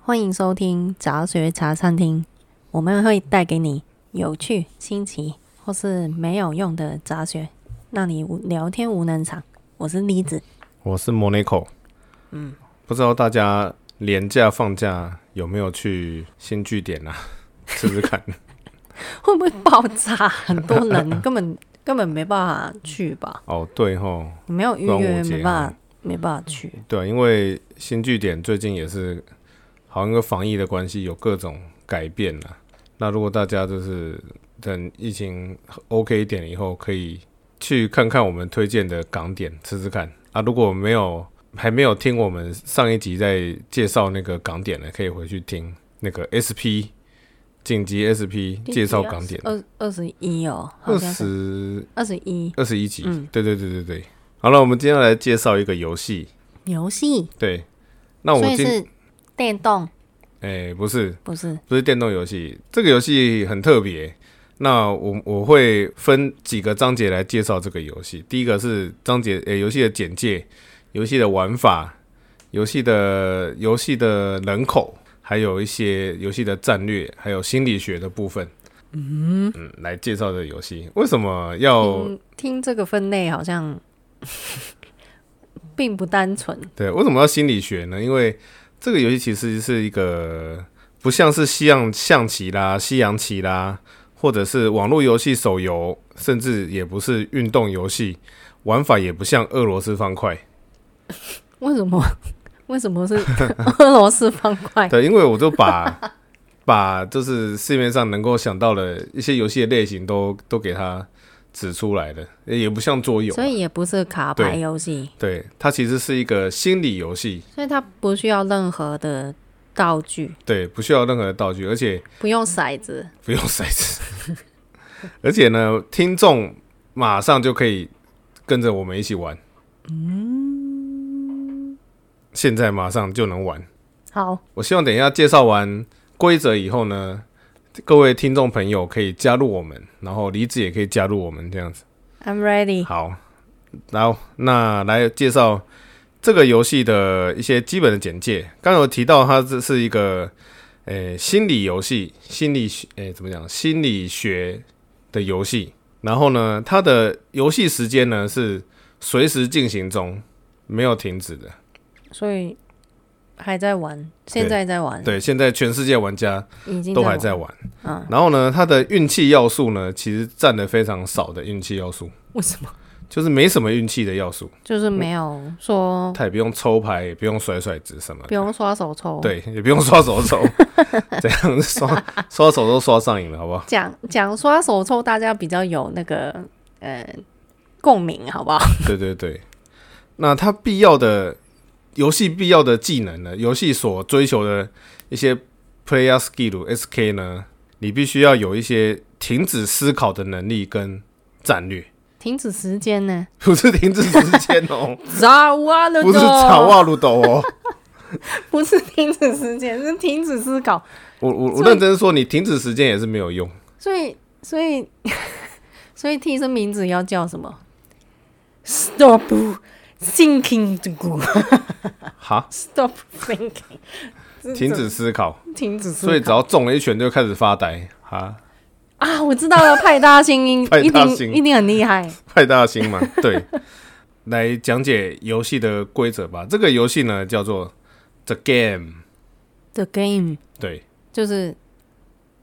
欢迎收听杂学茶餐厅，我们会带给你有趣、新奇或是没有用的杂学，让你无聊天无能场。我是栗子，我是 Monaco。嗯，不知道大家连假放假有没有去新据点啊？ 试试看。会不会爆炸？很多 人根本根本没办法去吧？哦，对吼，你没有预端午约，节没办法，没办法去。对啊，因为新据点最近也是好像因为防疫的关系有各种改变啦。那如果大家就是等疫情 OK 一点以后，可以去看看我们推荐的港点吃吃看啊。如果没有还没有听我们上一集在介绍那个港点的，可以回去听那个 SP 紧急 SP 介绍港点二二十一啊哦，好嗯二像是十二十一二十一集嗯。对对对对对。好了，我们今天要来介绍一个游戏。游戏，对，那我所以今是电动，哎、不是，不是不是电动游戏，这个游戏很特别。那我我会分几个章节来介绍这个游戏。第一个是章节，诶、游戏的简介、游戏的玩法、游戏的游戏的人口，还有一些游戏的战略，还有心理学的部分。嗯来介绍这个游戏。为什么要、听听这个分类好像 并不单纯，对？为什么要心理学呢？因为这个游戏其实是一个不像是西洋象棋啦、西洋棋啦，或者是网络游戏、手游，甚至也不是运动游戏，玩法也不像俄罗斯方块。为什么？ 为什 么是俄罗斯方块？对，因为我就把把就是市面上能够想到的一些游戏的类型都都给它指出来了，也不像桌游啊。所以也不是卡牌对游戏，对，它其实是一个心理游戏，所以它不需要任何的道具，对，不需要任何的道具，而且不用骰子，不用骰子。 而且呢，听众马上就可以跟着我们一起玩。嗯，现在马上就能玩。好，我希望等一下介绍完规则以后呢，各位听众朋友可以加入我们，然后离子也可以加入我们这样子。 I'm ready。好，然后那来介绍这个游戏的一些基本的简介。刚刚有提到它这是一个诶、呃心理游戏，心理学诶、怎么讲心理学的游戏。然后呢，它的游戏时间呢是随时进行中，没有停止的。所以还在玩，现在在玩，对，现在全世界玩家已经都还在在玩。玩。嗯，然后呢，它的运气要素呢，其实占的非常少的运气要素，为什么？就是没什么运气的要素，就是没有说它也不用抽牌，也不用甩甩子什么的不。用刷手抽，，对，也不用刷手抽， 这样刷刷手都刷上瘾了，好不好？讲讲刷手抽，大家比较有那个呃共鸣，好不 好？对对对，那它必要的游戏必要的技能呢，游戏所追求的一些 player skill SK 呢，你必须要有一些停止思考的能力跟战略，停止时间呢？不是停止时间 哦，早啊了，不是吵，啊鲁斗哦。 不是停止时间，是停止思考。我我我所以认真说，你停止时间也是没有用。所以，所以， 所以替身名字要叫什么？Stop thinking to 哈， stop thinking，停止思考，停止思考。所以只要中了一拳就开始发呆，哈，啊，我知道了，派大星音派一大定星一定很厉害。派大星嘛，对，来讲解游戏的规则吧。这个游戏呢叫做 The Game， The game 对就是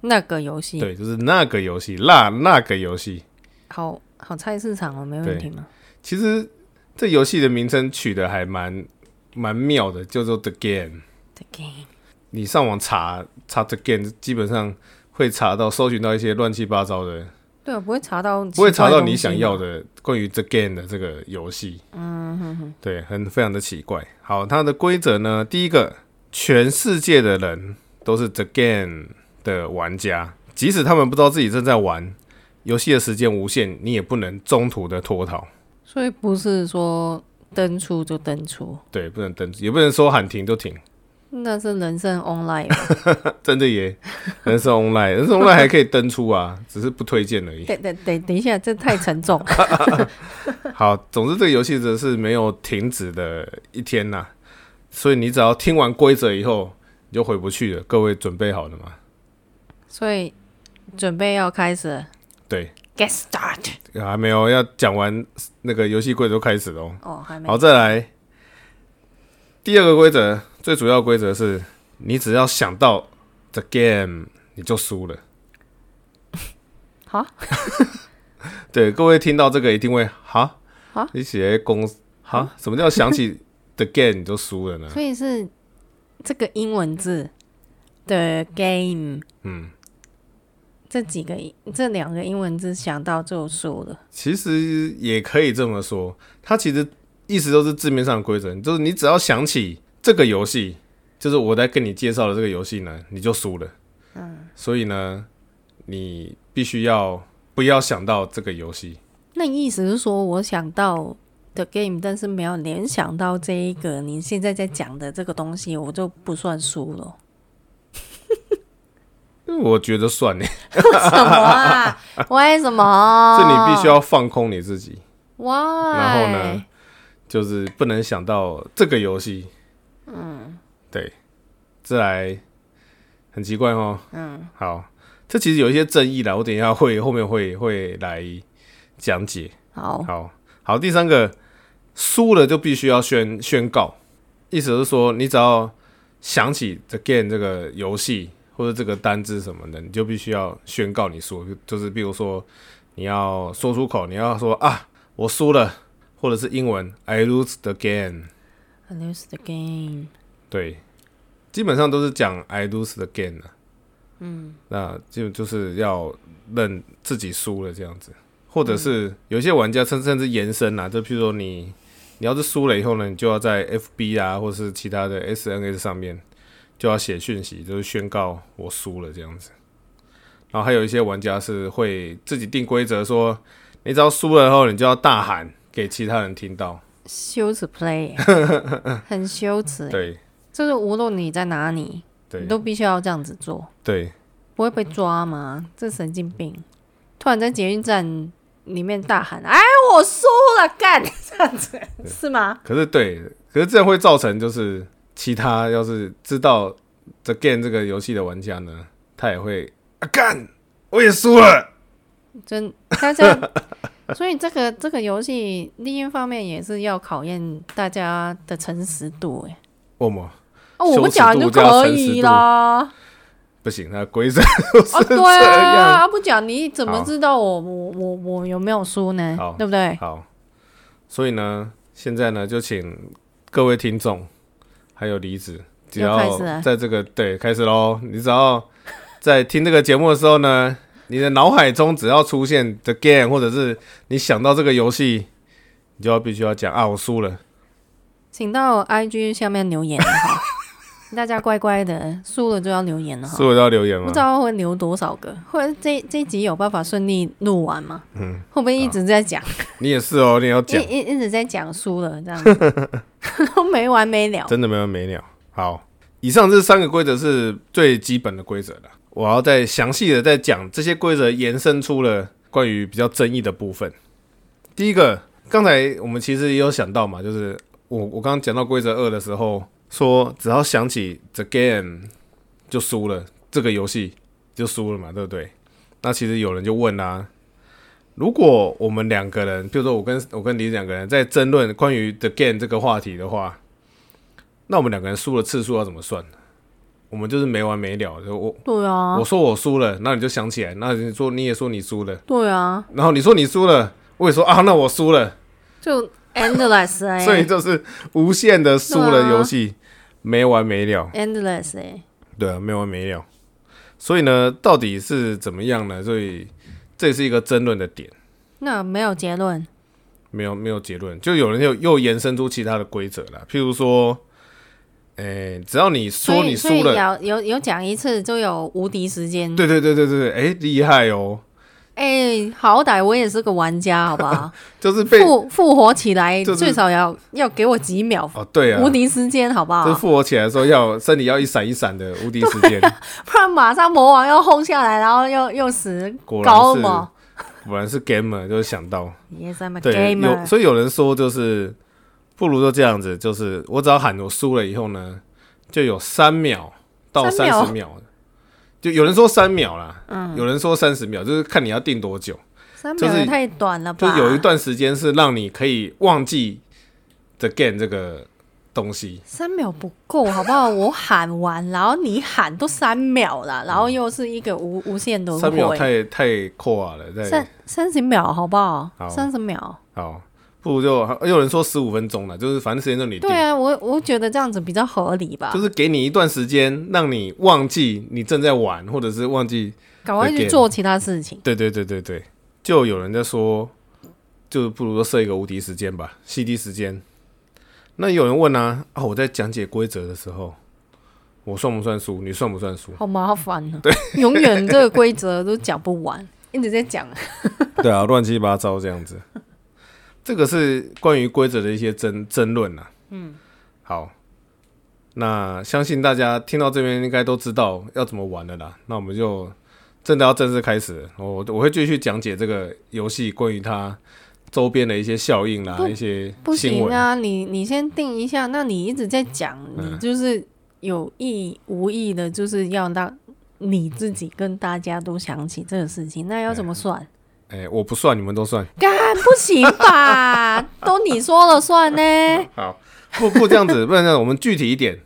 那个游戏，对，就是那个游戏，那那个游戏。好好菜市场哦，没问题吗？其实这游戏的名称取得还蛮蛮妙的，叫做 The Game。 The game，你上网查查 The Game，基本上会查到搜寻到一些乱七八糟的，对，啊我不会查到，不会查到你想要。的关于 The Game 的这个游戏。嗯哼哼，对，很非常的奇怪。好，它的规则呢，第一个，全世界的人都是 The Game 的玩家，即使他们不知道自己正在玩游戏的时间无限，你也不能中途的脱逃。所以不是说登出就登出，对，不能登，也不能说喊停就停，那是人生 online 吧。真的耶。人生 online，人生 online 还可以登出啊，只是不推荐而已。等等等等一下，这太沉重。 好，总之这个游戏则是没有停止的一天呐、所以你只要听完规则以后，你就回不去了。各位准备好了吗？所以准备要开始了对， ，get start。还没有要讲完那个游戏规则就开始喽。哦，还没好，。再来第二个规则，最主要的规则是你只要想到 the game，你就输了。好，对，各位听到这个一定会哈哈你写公哈，什么叫想起 the game 你就输了呢？所以是这个英文字的 game 嗯，这几个这两个英文字想到就输了。其实也可以这么说，它其实意思都是字面上的规则，就是你只要想起这个游戏，就是我在跟你介绍的这个游戏呢，你就输了。嗯，所以呢，你必须要不要想到这个游戏？那意思是说，我想到的 game，但是没有联想到这一个你现在在讲的这个东西，我就不算输 了。我觉得算了，为什么啊？为什么？ 这你必须要放空你自己，哇。然后呢？就是不能想到这个游戏。嗯，对，这来很奇怪哦。嗯，好，这其实有一些争议啦，我等一下会后面会会来讲解。好，好好，第三个，输了就必须要宣宣告，意思是说，你只要想起 the game 这个游戏或者这个单字什么的，你就必须要宣告你输，就是比如说你要说出口，你要说啊，我输了，或者是英文 I lose the game， I lose the game。对，基本上都是讲 I lose the game 啊。嗯，那就就是要认自己输了这样子，或者是有些玩家甚甚至延伸啦、就譬如说你你要是输了以后呢，你就要在 FB 啊，或是其他的 SNS 上面就要写讯息，就是宣告我输了这样子。然后还有一些玩家是会自己定规则，说你只要输了以后，你就要大喊给其他人听到。羞耻 play，很羞耻。欸对就是无论你在哪里，对你都必须要这样子做，对，不会被抓吗？这神经病！突然在捷运站里面大喊：“哎，我输了！”干 这样子是吗？可是对，可是这样会造成就是其他要是知道 The Game 这个游戏的玩家呢，他也会啊干，我也输了。真大 家，所以这个这个游戏另一方面也是要考验大家的诚实度、哎，我么哦，我不讲就可以啦。不行，他规则哦，是对这啊，样。不讲你怎么好知道我我我我有没有输呢好？对不对？ 好，所以呢，现在呢，就请各位听众还有离子，只又要开始了在这个对开始喽，你只要在听这个节目的时候呢，你的脑海中只要出现 The Game，或者是你想到这个游戏，你就要必须要讲啊，我输了。请到 IG 下面留言哈， 大家乖乖的，输了就要留言了哈。所有都要留言不吗知？道会留多少个，或者这这一集有办法顺利录完吗？嗯，会不会一直在讲，你也是哦，你也要一讲，一一直在讲输了这样子， 都没完没了。真的没完没了。好，以上这三个规则是最基本的规则了。我要再详细的再讲这些规则延伸出了关于比较争议的部分。第一个，刚才我们其实也有想到嘛，就是我我刚刚讲到规则二的时候，说只要想起 the game 就输了，这个游戏就输了嘛，对不对？那其实有人就问啦、如果我们两个人，比如说我跟我跟李两个人在争论关于 the game 这个话题的话，那我们两个人输的次数要怎么算？我们就是没完没了，就我、对啊我，说我输了，那你就想起来，那你说你也说你输了，对啊，然后你说你输了，我也说啊，那我输了，就 endless 哎、啊所以就是无限的输了游戏，没完没了。 endless 哎、对啊，没完没了。所以呢，到底是怎么样呢？所以这是一个争论的点，那没有结论，没有没有结论。就有人又又延伸出其他的规则啦，譬如说，哎、只要你所说以你输所以了，有有有讲一次就有无敌时间。对对对对对，哎、厉害哦，哎、好歹我也是个玩家，好不好？就是被复复活起来就是最少要要给我几秒哦，对啊无，敌时间，好不就是好？复活起来的时候要身体要一闪一闪的无敌时 间，不然马上魔王要轰下来，然后又又死果，然高是嘛。果然是 gamer，就是想到 Yes, I'm a 对，有啊 gamer。所以有人说就是不如就这样子，就是我只要喊我输了以后呢，就有三秒到三三秒嗯十秒，就有人说三秒啦，有人说三十秒，就是看你要定多久。三就秒是也太短了就吧？有一段时间是让你可以忘记 the game 这个东西。三秒不够，好不好？我喊完，然后你喊都三秒了，然后又是一个无无限轮嗯三秒回，太太阔了，三在三十秒，好不好好？三十秒，好，不如就有人说十五分钟了，就是反正时间就你定对，啊，我我觉得这样子比较合理吧，就是给你一段时间，让你忘记你正在玩，或者是忘记。赶快去做其他事情。对对对对对，就有人在说，就不如说设一个无敌时间吧，CD 时间。那有人问啊，啊，我在讲解规则的时候，我算不算输？你算不算输？好麻烦呢、永远这个规则都讲不完，一直在 讲。对啊，乱七八糟这样子。这个是关于规则的一些争争论啦。嗯，好，那相信大家听到这边应该都知道要怎么玩了啦。那我们就真的要正式开始了，我我会继续讲解这个游戏关于它周边的一些效应啦，不一些不新行闻。啊，你你先定一下，那你一直在讲，你就是有意无意的，就是要让你自己跟大家都想起这个事情，那要怎么算？哎、我不算，你们都算。干不行 吧？都你说了算呢。好，不不这样子，不然这样我们具体一点。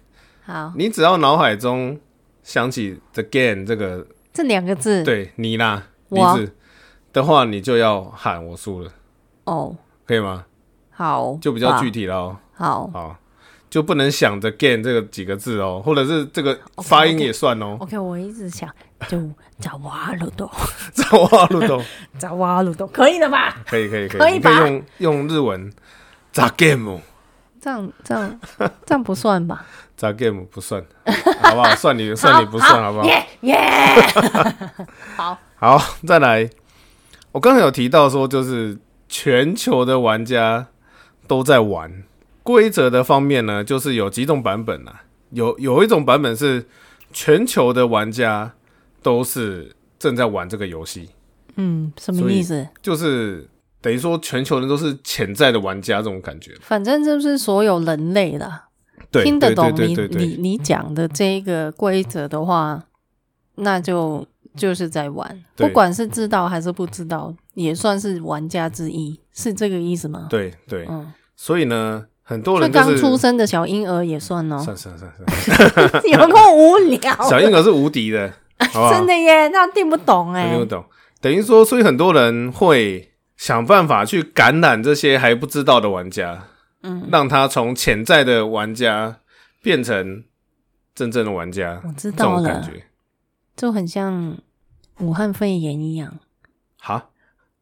好，你只要脑海中想起 the game 这个这两个字，对你啦，梨我子的话，你就要喊我输了，哦，可以吗？好，就比较具体。体了哦。好好，就不能想着 gain 这个几个字哦，或者是这个发音也算哦。 ，OK，我一直想，就扎瓦鲁 多，找啊，路东，扎瓦鲁多，可以了吧？可以可以可以，可以你可以吧用用日文砸 game 哦这样这样这样不算吧？砸 game 不算，好不好？算你算你不算，好不好？耶耶！好，好， 再来，我刚才有提到说，就是全球的玩家都在玩。规则的方面呢，就是有几种版本啊，有有一种版本是全球的玩家都是正在玩这个游戏，嗯，什所么以意思？就是等于说全球人都是潜在的玩家这种感觉。反正就是所有人类啦，对，听得懂对你对对对你你讲的这个规则的话，那就就是在玩，对不管是知道还是不知道，也算是玩家之一，是这个意思吗？对对对，嗯，所以呢，很多就人就刚是出生的小婴儿也算 哦，算算算算，有够无聊，小婴儿啊是无敌 的，好不好真的耶，那听不懂哎、听不懂。等于说，所以很多人会想办法去感染这些还不知道的玩家，嗯，让他从潜在的玩家变成真正的玩家，我知这道种感了，觉。就很像武汉肺炎一样，哈，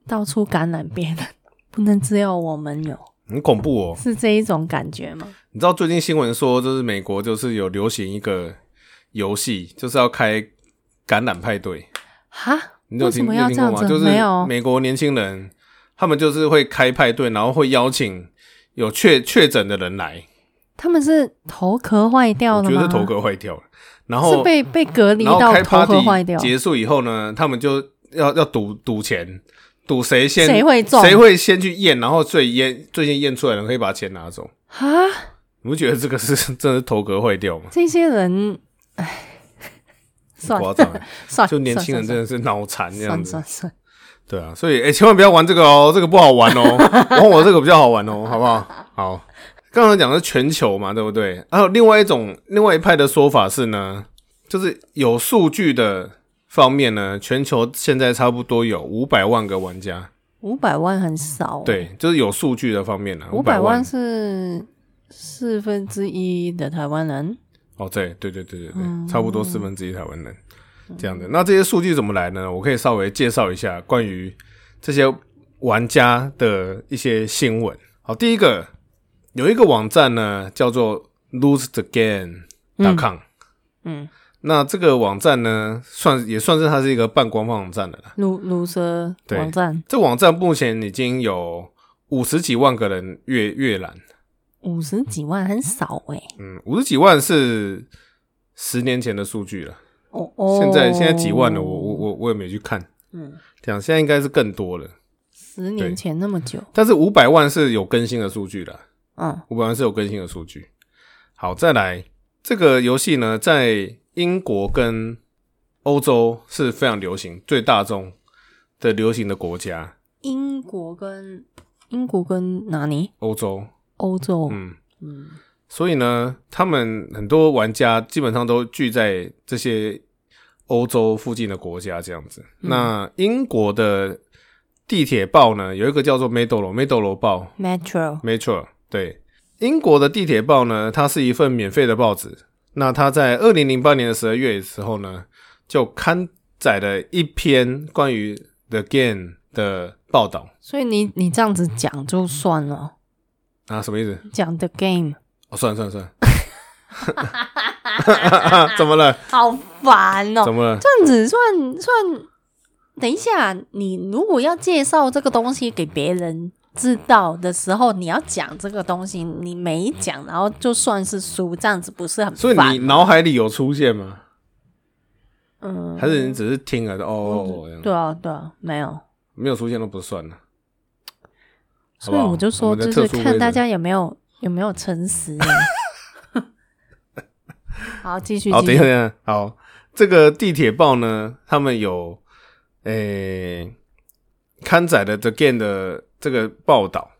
到处感染别人， 不能只有我们有，很恐怖哦！是这一种感觉吗？你知道最近新闻说，就是美国就是有流行一个游戏，就是要开感染派对。哈？你有为什听么你有要听这过样吗？子？就是没有，美国年轻人，他们就是会开派对，然后会邀请有确确诊的人来。他们是头壳坏掉我了觉吗？得头壳坏掉了。然是后，被被隔离然后到开头壳坏 party 掉，结束以后呢，他们就要要赌赌钱，赌谁先谁会中谁会先去验，然后最验最先验出来的人可以把钱拿走。啊？你不觉得这个是真的是头壳坏掉吗？这些人，哎，算夸了张欸，算了，就年轻人真算的是脑残这样算子算。算，对啊，所以哎、欸千万不要玩这个哦，这个不好玩哦，玩我这个比较好玩哦，好不好？好，刚才讲的是全球嘛，对不对？还有另外一种，另外一派的说法是呢，就是有数据的方面呢，全球现在差不多有五百万个玩家，五百万很少、，对，就是有数据的方面呢，五百百万是四分之一的台湾人，哦，对对对对对对，嗯差不多四分之一台湾人这样的。那这些数据怎么来呢？我可以稍微介绍一下关于这些玩家的一些新闻。好，第一个有一个网站呢，叫做 lose the game.com。嗯，那这个网站呢，算也算是它是一个半官方网站的啦。卢卢蛇对网站这网站目前已经有五十几万个人阅阅览，五十几万很少哎、嗯，五十几万是十年前的数据了。哦哦，现在现在几万了，我我我我也没去看，嗯，这样现在应该是更多了。十年前那么久，但是五百万是有更新的数据啦，嗯五百万是有更新的数据。好，再来这个游戏呢，在英国跟欧洲是非常流行、最大众的流行的国家。英国跟英国跟哪里？欧洲，欧洲，嗯，嗯，所以呢，他们很多玩家基本上都聚在这些欧洲附近的国家这样子。那英国的地铁报呢，有一个叫做 Medolo，Medolo 报 Metro，没错，对，英国的地铁报呢，它是一份免费的报纸。那它在二零零八年的十二月的时候呢，就刊载了一篇关于 The Game 的报道所以你你这样子讲就算了，啊，什么意思？讲 The Game 哦，算了算了算了， 怎么了？好烦哦、怎么了？这样子算算，等一下，你如果要介绍这个东西给别人知道的时候，你要讲这个东西，你没讲，然后就算是输，这样子不是很所以烦你脑海里有出现吗？嗯，还是你只是听了？哦哦哦，这样对啊对啊，没有。没有出现都不算了。好所以不好我就说，我们就的是特殊规看则大家有没有有没有诚实啊。好，继续。好，继等续一下，等一下，好，这个地铁报呢，他们有诶、刊载了 The Game 的这个报道。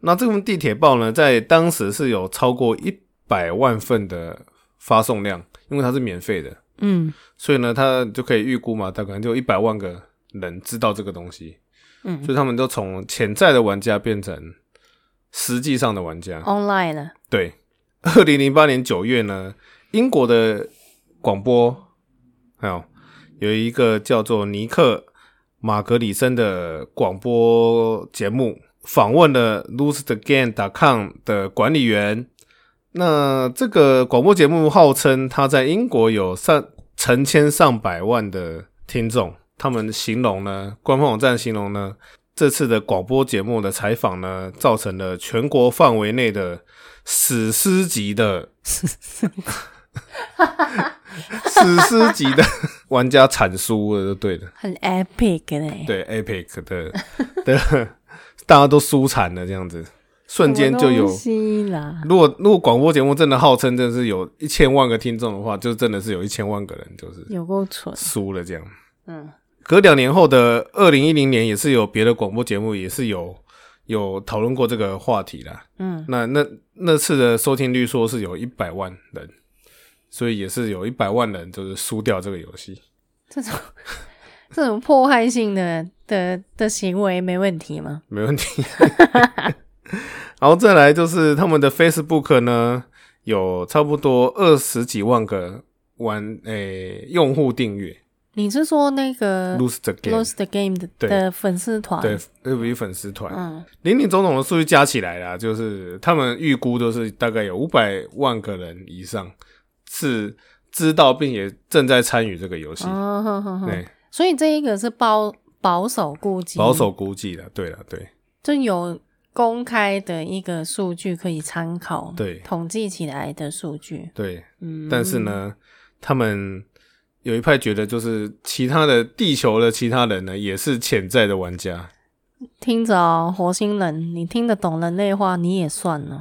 那这份地铁报呢，在当时是有超过一百万份的发送量，因为它是免费的，嗯所以呢，它就可以预估嘛，大概就一百万个人知道这个东西，嗯所以他们都从潜在的玩家变成实际上的玩家。 ，online 了，对，二零零八年九月呢，英国的广播还有有一个叫做尼克马格里森的广播节目，访问了 losethegain.com 的管理员。那这个广播节目号称它在英国有上成千上百万的听众，他们形容呢，官方网站形容呢，这次的广播节目的采访呢，造成了全国范围内的史诗级的史诗级的玩家产出了，就对 了，很 epic 嘞、对 Epic 的的，大家都舒惨了，这样子，瞬间就什么有东西啊啦。如果如果广播节目真的号称真的是有一千万个听众的话，就真的是有一千万个人就是有够蠢，输了这样。嗯，隔两年后的二零一零年，也是有别的广播节目也是有有讨论过这个话题啦。嗯，那那那次的收听率说是有一百万人，所以也是有一百万人就是输掉这个游戏。这种这种迫害性的的的行为没问题吗？没 问题。然后再来就是他们的 Facebook 呢，有差不多二十几万个玩诶、用户订阅你是说那个，Lose the Game， Lost the Game 的对的粉丝团？对，对不起粉丝团，嗯，林林总总的数据加起来啦，就是他们预估都是大概有五百万个人以上是知道并且正在参与这个游戏，哦，哼哼哼对，所以这一个是保保守估计，保守估计的，对了，对就有公开的一个数据可以参考，对统计起来的数据，对，嗯，但是，呢，他们有一派觉得，就是其他的地球的其他人呢，也是潜在的玩家，听着哦，火星人，你听得懂人类话，你也算 了，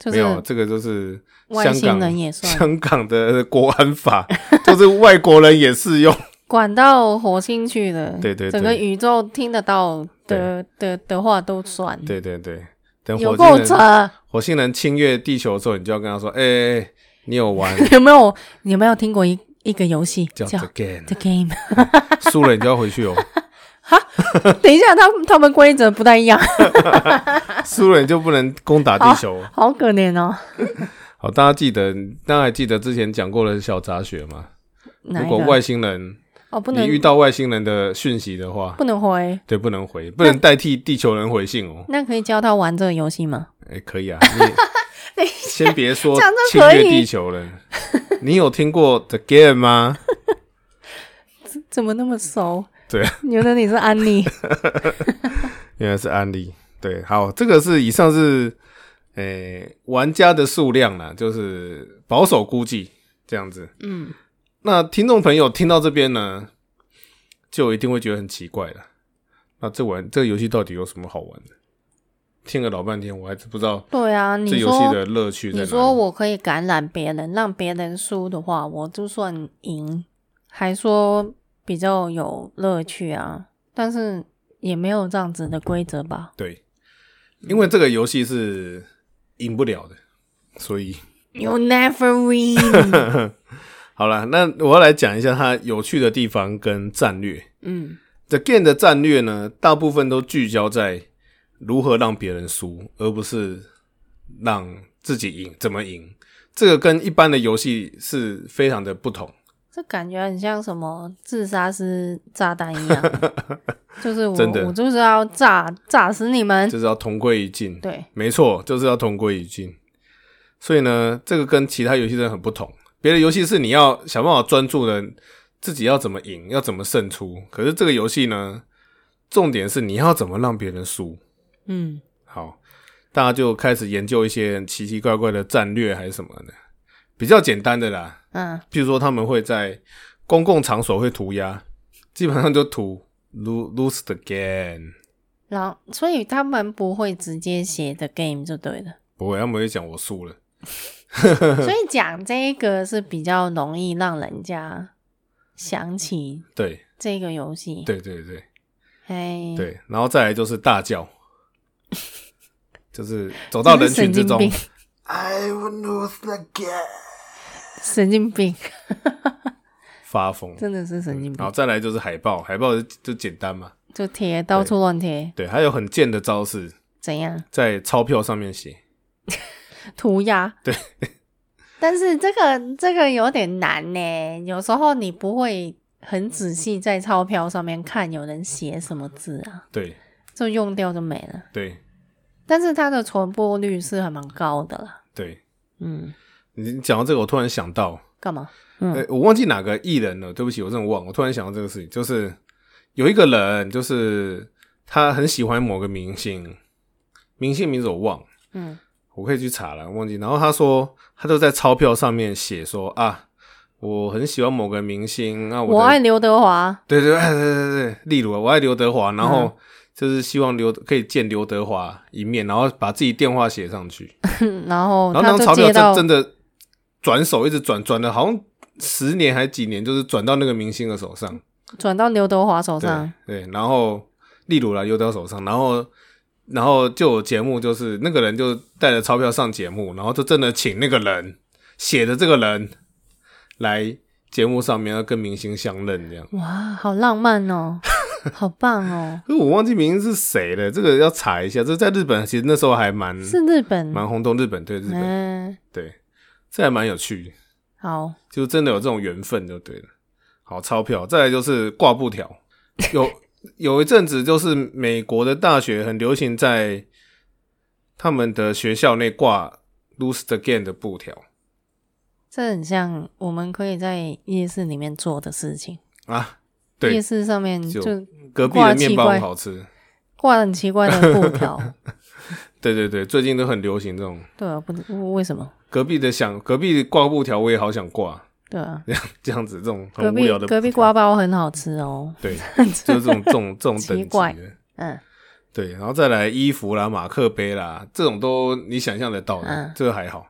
就没有是这个就是外香星港人也算，香港的国安法， 就是外国人也适用。管到火星去的，对对对整个宇宙听得到的的的话都算，对对对，等有火够星扯人，火星人侵略地球之后，你就要跟他说，哎、哎哎你有玩 有没有？有没有听过一一个游戏叫叫 The Game， The Game？ 输了你就要回去哦，等一下，他们他们规则不太一样， 输了你就不能攻打地球哦。好可怜哦。好，大家记得，大家还记得之前讲过的小杂学吗？哪如一果个？外星人哦，不你能遇到外星人的讯息的话，不能回，对，不能回，不能代替地球人回信哦。那可以教他玩这个游戏吗？哎、可 以啊，你先别说这样就侵可略以地球人，你有听过 The Game 吗？怎么那么熟？对，原来你是安妮。原来是安利。对，好，这个是以上是，诶、玩家的数量啦，就是保守估计这样子。 嗯，那听众朋友听到这边呢，就一定会觉得很奇怪了。那这玩这个游戏到底有什么好玩的？听了老半天，我还是不知道对啊，你这游戏说的乐趣在你哪里。说我可以感染别人，让别人输的话，我就算赢，还说比较有乐趣啊。但是也没有这样子的规则吧？对，因为这个游戏是赢不了的，所以 You never win 。好了，那我要来讲一下它有趣的地方跟战略。嗯 The Game 的战略呢，大部分都聚焦在如何让别人输，而不是让自己赢，怎么赢。这个跟一般的游戏是非常的不同。这感觉很像什么自杀式炸弹一 样，就是我真的我就是要炸炸死你们。就是要同归于尽。对，没错，就是要同归于尽。所以呢，这个跟其他游戏真的很不同。别的游戏是你要想办法专注的，自己要怎么赢，要怎么胜出。可是这个游戏呢，重点是你要怎么让别人输。嗯，好，大家就开始研究一些奇奇怪怪的战略还是什么的，比较简单的啦。嗯，譬如说，他们会在公共场所会涂鸦，基本上就涂 lose lose the game。然后所以他们不会直接写的 game 就对 了，不会，他们会讲我输了。所以讲这个是比较容易让人家想起对，这个游戏。，对对对哎，，对，然后再来就是大叫，就是走到人群之中这是神经病。 ，I will lose the game，神经病，发疯。真的是神经然后病，再来就是海报，海报就就简单嘛，就贴到处乱贴，对，还有很贱的招式，怎样在钞票上面写，涂鸦？ 对。但是这个这个有点难呢，有时候你不会很仔细在钞票上面看有人写什么字啊，对就用掉就没了。对但是它的传播率是还蛮高的啦。对。嗯，你你讲到这个，我突然想到，干嘛？呃，我忘记哪个艺人了，对不起，我真的忘了。我突然想到这个事情，就是有一个人，就是他很喜欢某个明星，明星名字我忘了。嗯，我可以去查了，忘记。然后他说，他就在钞票上面写说啊，我很喜欢某个明星，啊那我的我爱刘德华。对对对对对对，例如啊我爱刘德华，然后就是希望刘可以见刘德华一面，然后把自己电话写上去，嗯然后然后哦他那张就钞接票到真真的转手一直转转了，好像十年还几年，就是转到那个明星的手上，转到刘德华手对上，对，然后例如啦，刘德华手上，然后。然后就有节目，就是那个人就带着钞票上节目，然后就真的请那个人写的这个人来节目上面要跟明星相认这样。哇，好浪漫 哦，好棒哦，可是我忘记明星是谁了，这个要查一下。这在日本其实那时候还蛮是日本，嗯蛮轰动，日本对日本、嗯，对，这还蛮有趣的，好，就真的有这种缘分就对了。好，钞票，再来就是挂布条，有 有一阵子就是美国的大学很流行在他们的学校内挂 “lose the game” 的布条这很像我们可以在夜市里面做的事情，啊，夜对，市上面就就隔壁的挂面奇包怪很好吃，挂很奇怪的布条， 对对对，最近都很流行这种对啊，不知为什么，隔壁的想隔壁挂布条，我也好想挂。对啊，这样子这种隔很无壁聊的隔壁瓜包很好吃哦，对， 就是这种这种这种等奇级怪的，嗯，对，然后再来衣服啦、马克杯啦，这种都你想象得到的，嗯这个还好。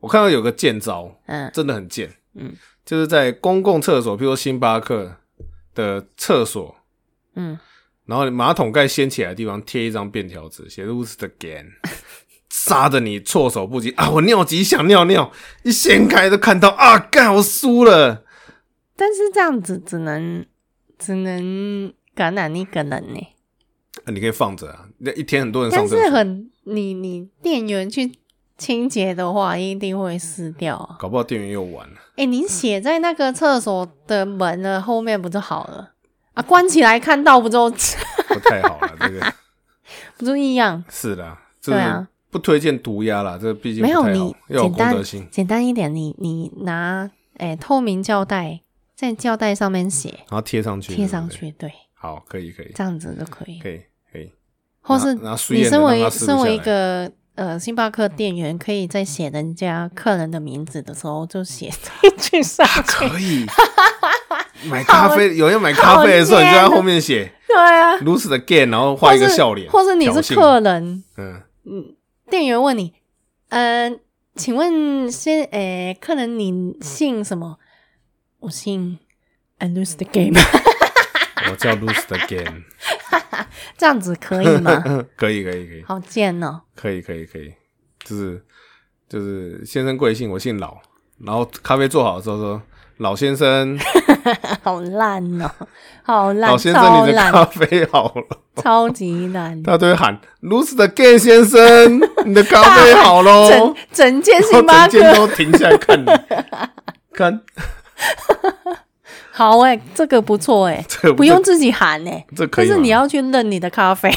我看到有个贱招，嗯，真的很贱，嗯，就是在公共厕所，譬如说星巴克的厕所，嗯，然后马桶盖掀起来的地方贴一张便条纸，写 “Lose the game”，杀的你措手不及啊！我尿急想尿尿，一掀开就看到啊，干我输了。但是这样子只能只能感染一个人呢。啊你可以放着啊，那一天很多人上但厕所是，很你你店员去清洁的话，一定会湿掉啊。搞不好店员又玩了。哎、你写在那个厕所的门的后面不就好了？啊，关起来看到不就 不太好啊了，这个不就一样？是啦，就对是啊不推荐毒鸦啦，这毕竟不没太有好，你要有简公单德心。简单一点，你你拿哎、诶透明胶带在胶带上面写然后贴上去，贴对不上对，去，对，好，可以，可以，这样子就可以。可以，可以。或是拿拿书你页的身为让它撕不身下为一来个呃星巴克店员，可以在写人家客人的名字的时候就写 一句上去。可以买咖啡，有人买咖啡的时候，好你就在贱后面写对啊， “lose the game”，然后画一个或是笑脸，或是你挑是衅客人，嗯，嗯，店员问你，呃，请问先，诶、客人你姓什么？我姓 I lose the game， 我叫 Lose the Game， 这样子可以吗？可以可以可以好贱哦！可以可以可以，就是就是先生贵姓，我姓老，然后咖啡做好的时候说老先生，好烂哦，好烂，老先生超你的烂，咖啡好了。超级烂，他都会喊 “Lose the game，先生，你的咖啡好喽整”，整间 然后星巴哦整间克，都停下 来看你，看好哎、这个不错哎、 这个不用自己喊哎、这可但以吗是你要去认你的咖啡，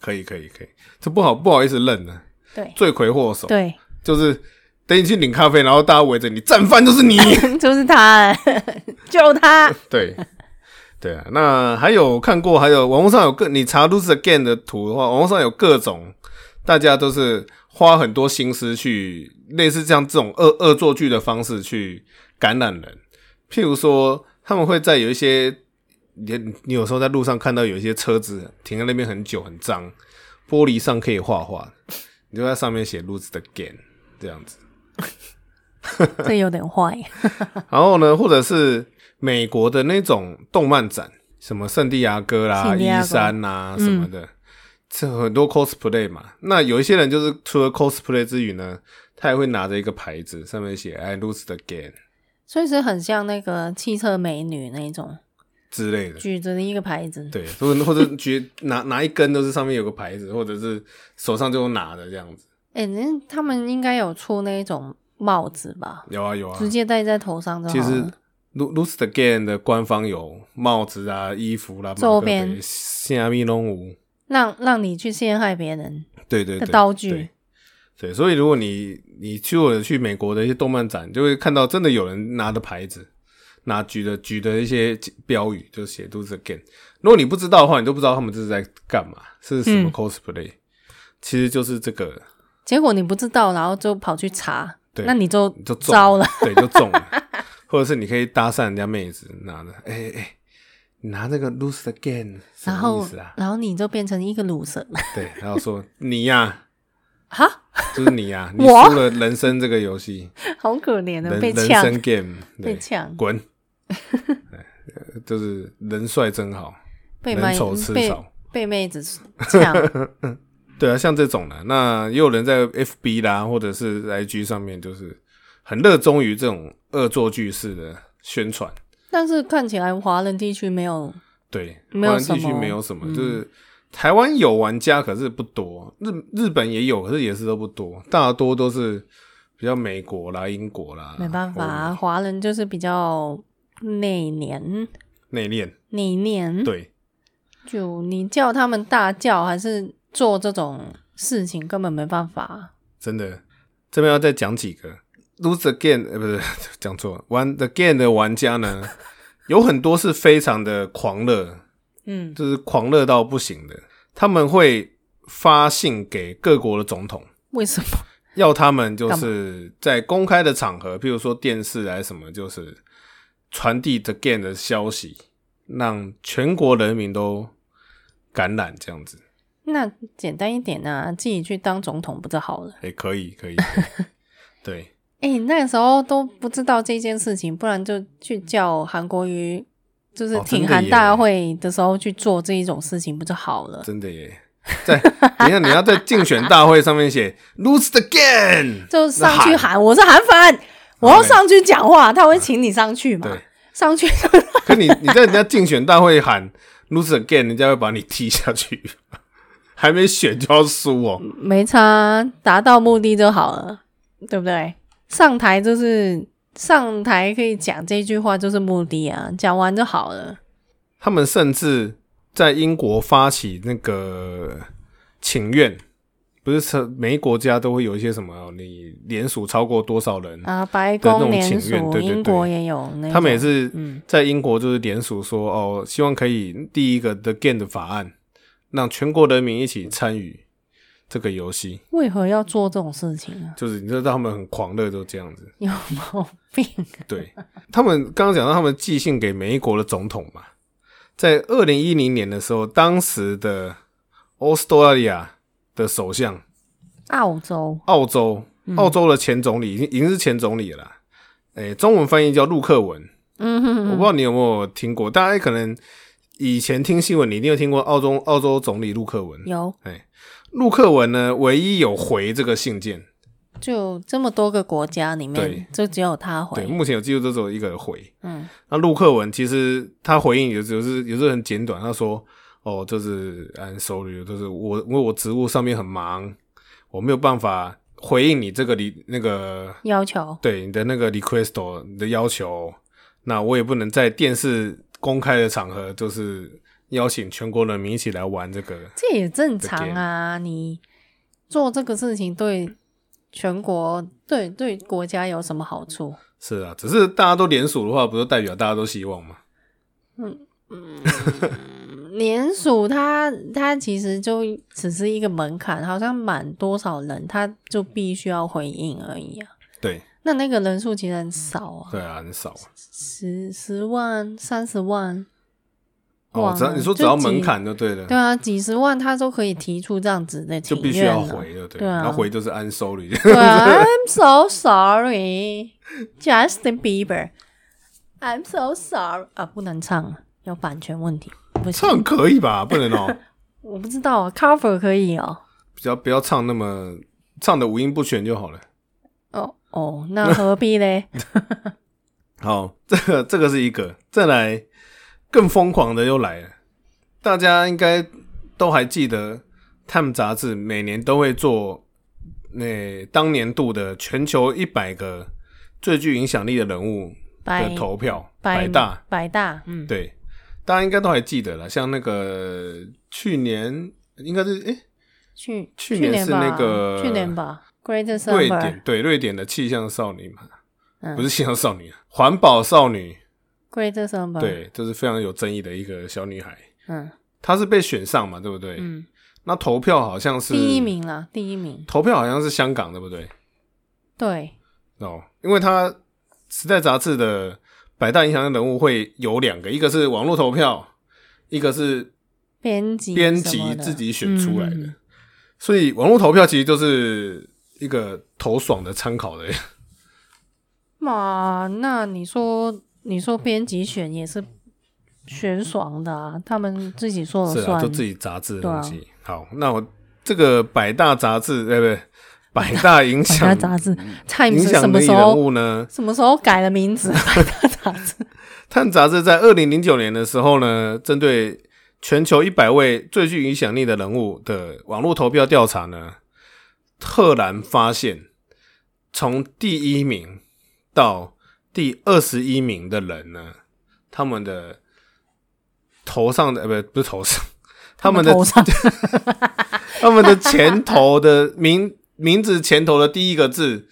可以可以可以，这不好不好意思认了， 对罪魁祸首对， 就是等你去领咖啡，然后大家围着你，战犯就是你，就是他， 就他，对。对啊，那还有看过，还有网络上有各你查 lose again 的图的话，网络上有各种，大家都是花很多心思去类似像这种恶恶作剧的方式去感染人。譬如说，他们会在有一些你你有时候在路上看到有一些车子停在那边很久很脏，玻璃上可以画画，你就在上面写 lose again 这样子。这有点坏。然后呢，或者是美国的那种动漫展，什么圣地亚哥啦、圣地亚伊哥山啦、什么的，这很多 cosplay 嘛。那有一些人就是除了 cosplay 之余呢，他也会拿着一个牌子，上面写 “I lose the game” 所以是很像那个汽车美女那种，之类的。举着一个牌子，对，或者或者举拿拿一根都是上面有个牌子，或者是手上就有拿的这样子。哎、那他们应该有出那种帽子吧，有啊有啊，直接戴在头上就好其了。实 “lo- “lose the game” 的官方有帽子啊、衣服啦、马克杯周边虾米拢有。让让你去陷害别人，对对的对，道具对。对，所以如果你你去或者去美国的一些动漫展，就会看到真的有人拿着牌子，拿举的举的一些标语，就写 “Do the game”。如果你不知道的话，你都不知道他们这是在干嘛，是什么嗯 cosplay，、其实就是这个，结果你不知道，然后就跑去查，对那你就你就中糟了，， 对，就中了。 或者是你可以搭讪人家妹子，拿着，哎、哎、哎你拿那个 “lose the game” 什然么后意思啊？然后你就变成一个卤蛇对，然后说你呀、哈，就是你 呀、你我输了人生这个游戏。好可怜的，人被人呛生 game 被对呛 滚，对就是人帅真好，被人妹丑吃被少。被妹子呛， 对啊，像这种的，那也有人在 FB 啦，或者是 IG 上面，就是很热衷于这种恶作剧式的宣传。但是看起来华人地区没有，对，没有华人地什区么嗯没有什么，就是台湾有玩家，可是不多。日日本也有，可是也是都不多，大多都是比较美国啦、英国啦，没办法啊，欧华人就是比较内敛。美，内敛。你念，对，就你叫他们大叫还是做这种事情，根本没办法。啊真的，这边要再讲几个 lose again，呃，不是讲错了，one again 的玩家呢， 有很多是非常的狂热，嗯，就是狂热到不行的，他们会发信给各国的总统。为什么？ 要他们就干嘛是在公开的场合，譬如说电视还是什么，就是传递 The Game 的消息，让全国人民都感染这样子。那简单一点啊，自己去当总统不就好了？哎、可以，可 以，可以对，哎、那时候都不知道这件事情，不然就去叫韩国瑜，就是哦真的挺韩耶大会的时候去做这一种事情，不就好了？ 真的耶！在你看，你要在竞选大会上面写 “lose again”，就上去那喊我是韩粉，我要上去讲话，他会请你上去嘛对？上去可你你在人家竞选大会喊 “lose again”，人家会把你踢下去， 还没选就要输哦。没差，达到目的就好了，对不对？上台就是上台可以讲这句话就是目的啊，讲完就好了。他们甚至在英国发起那个请愿，不是每一国家都会有一些什么，你联署超过多少人，啊，白嗯对那宫种联请愿署，对对英对国也有那种，他们也是嗯在英国就是联署说哦，希望可以第一个的 Game 的法案，让全国人民一起参与这个游戏，为何要做这种事情啊？就是你知道他们很狂热都这样 子。有毛病！对他们刚刚讲到他们寄信给美国的总统嘛，在二零一零年的时候，当时的 Australia 的首相，澳洲澳洲嗯澳洲的前总理已经已经是前总理了啦，诶、中文翻译叫陆克文，嗯哼，我不知道你有没有听过，大家可能以前听新闻，你一定有听过澳洲澳洲总理陆克文。有哎，陆克文呢，唯一有回这个信件，就这么多个国家里面，就只有他对，回，目前有记录都只有一个人回。嗯，那陆克文其实他回应也就是也是很简短，他说：“哦，就是按 sorry，就是我因为我职务上面很忙，我没有办法回应你这个理那个要求对你的那个 request 你的要求，那我也不能在电视公开的场合，就是邀请全国人民一起来玩这个。这也正常啊。你做这个事情对全国、对对国家有什么好处？是啊，只是大家都联署的话，不就代表大家都希望吗？联署它它其实就只是一个门槛，好像满多少人，他就必须要回应而已啊。对，那那个人数其实很少啊，对啊，很少啊。十十万、三十万，哇哦，只要你说只要门槛就对了，对啊，几十万他都可以提出这样子的就请必须愿要了。回，对不对？对啊然后回就是按收礼，对啊 I'm so sorry, Justin Bieber. I'm so sorry 啊，不能唱啊，有版权问题，不行。 唱可以吧？不能哦，我不知道啊，cover 可以哦。比较不要唱那么唱的五音不全就好了。哦哦，那何必 嘞？好，这个这个是一个，再来更疯狂的又来了。大家应该都还记得，《Time》杂志每年都会做那、当年度的全球一百个最具影响力的人物百的投票，百百大。百大，嗯，对，大家应该都还记得了。像那个去年应该是诶、去去年年是那吧个去年吧，Great 瑞 Summer，典对瑞典的气象少女嘛，嗯不是气象少女，啊环保少女。 Great Summer，，对，这是非常有争议的一个小女孩，嗯她是被选上嘛，对不对？嗯，那投票好像是第一，名啦，第一名，投票好像是香港，对不对？对，哦，因为她《时代》杂志的百大影响力人物会有两个，一个是网络投票，一个是编辑编什么辑的自己选出来的。嗯嗯嗯所以网络投票其实就是一个投爽的参考的，嘛，那你说，你说编辑选也是选爽的啊，他们自己说了是啊，算。就自己杂志的东啊西。好，那我这个百大杂志，呃对不对？百大影百大响杂志，Time 嗯影是什响么力时人候物呢？什么时候改了名 字？百大杂志，探杂志在二零零九年的时候呢，针对全球一百位最具影响力的人物的网络投票调查呢，赫然发现，从第一名到第二十一名的人呢，他们的头上的呃不不是头上，他们的头上 他们的前头的名名字前头的第一个字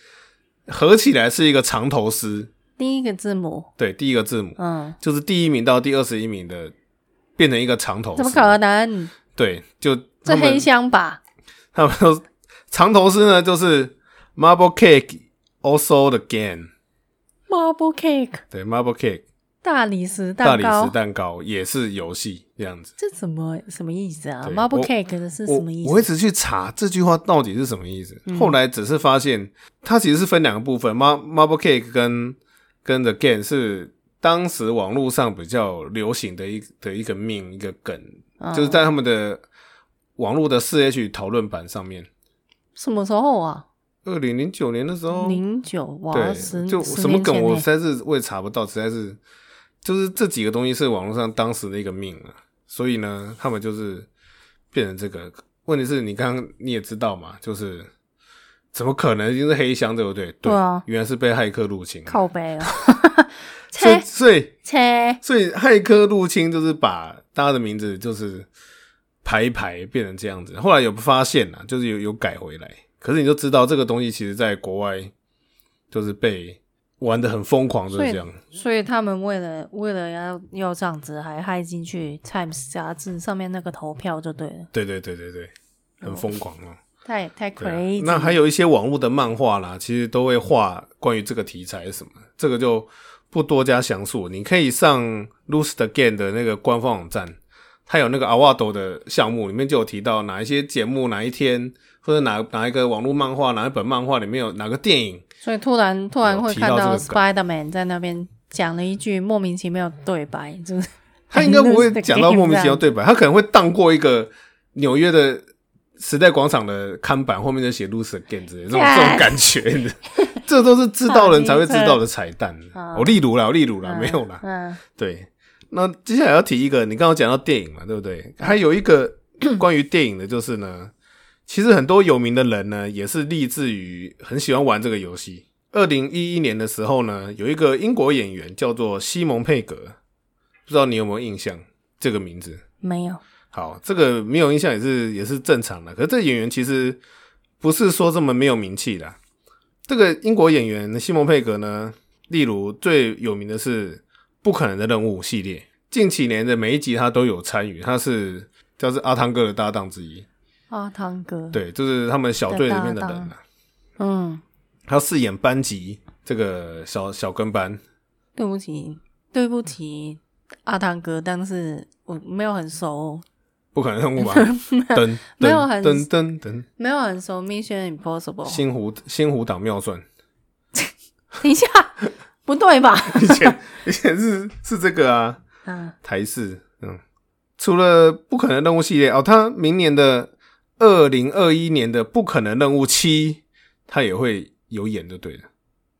合起来是一个长头诗，第一个字母，对，第一个字母。嗯，就是第一名到第二十一名的变成一个长头，怎么可？能？对，就这他黑们箱吧？他们都长头诗呢，就是 Marble Cake also the game， Marble Cake 对，Marble Cake 大理石大蛋理石糕，蛋糕也是游戏这样子。这什么什么意思啊对？Marble 我 Cake 的是我什么意我一思？嗯直去查这句话到底是什么意思，后来只是发现它其实是分两个部分，Mar Marble Cake 跟跟 The Game 是当时网络上比较流行的一的一个命一个梗，嗯就是在他们的网络的四 H 讨论版上面，什么时候啊？二零零九年的时候，零九哇，十哦对，就十什么年梗前我呢实在是我也查不到，实在是就是这几个东西是网络上当时的一个命啊，所以呢，他们就是变成这个。问题是你刚刚你也知道嘛，就是怎么可能一定是黑箱对不对？对啊原来是被骇客入侵。靠背啊， 所以切所以切。所以骇客入侵就是把大家的名字就是排一排变成这样子，后来有发现啦，就是有有改回来，可是你就知道这个东西其实在国外就是被玩的很疯狂，就是这样。所以他们为了为了要要这样子，还害进去《Times》杂志上面那个投票就对了，对对对对对，很疯狂哦、太太对啊 crazy。那还有一些网络的漫画啦，其实都会画关于这个题材是什么，这个就不多加详述。你可以上 Loose Again 的那个官方网站，它有那个阿瓦斗的项目，里面就有提到哪一些节目、哪一天或者哪哪一个网络漫画、哪一本漫画里面有哪个电影，所以突然突然会提到看这到个 Spider Man 在那边讲了一句莫名其妙的对白，就是他应该不会 Endless 讲到 Game 莫名其妙这样。对白，他可能会荡过一个纽约的时代广场的看板，后面就写 “loser game” 之类的这种这种感觉，你知道这都是知道人才会知道的彩蛋。啊哦，例如啦，例如啦，没有啦。嗯，对，那接下来要提一个，你刚刚讲到电影嘛，对不对？还有一个关于电影的，就是呢，其实很多有名的人呢，也是立志于很喜欢玩这个游戏。二零一一年的时候呢，有一个英国演员叫做西蒙佩格，不知道你有没有印象这个名字？没有，好，这个没有印象也是也是正常的。可是这演员其实不是说这么没有名气的啊、这个英国演员西蒙佩格呢，例如最有名的是《不可能的任务》系列，近几年的每一集他都有参与，他是叫是阿汤哥的搭档之一，啊，汤哥，对，就是他们小队里面的的搭人档啊。嗯，他饰演班级这个小小跟班，对不起，对不起，阿汤哥，但是我没有很熟， 不可能任务吧？噔没有噔很噔噔噔，没有很熟 Mission Impossible。星湖星湖岛妙 算。等一下，不对吧？以前以前是是这个 啊，嗯，台式，嗯，除了不可能任务系列哦，它明年的二零二一年的不可能任务七，它也会有演就对了，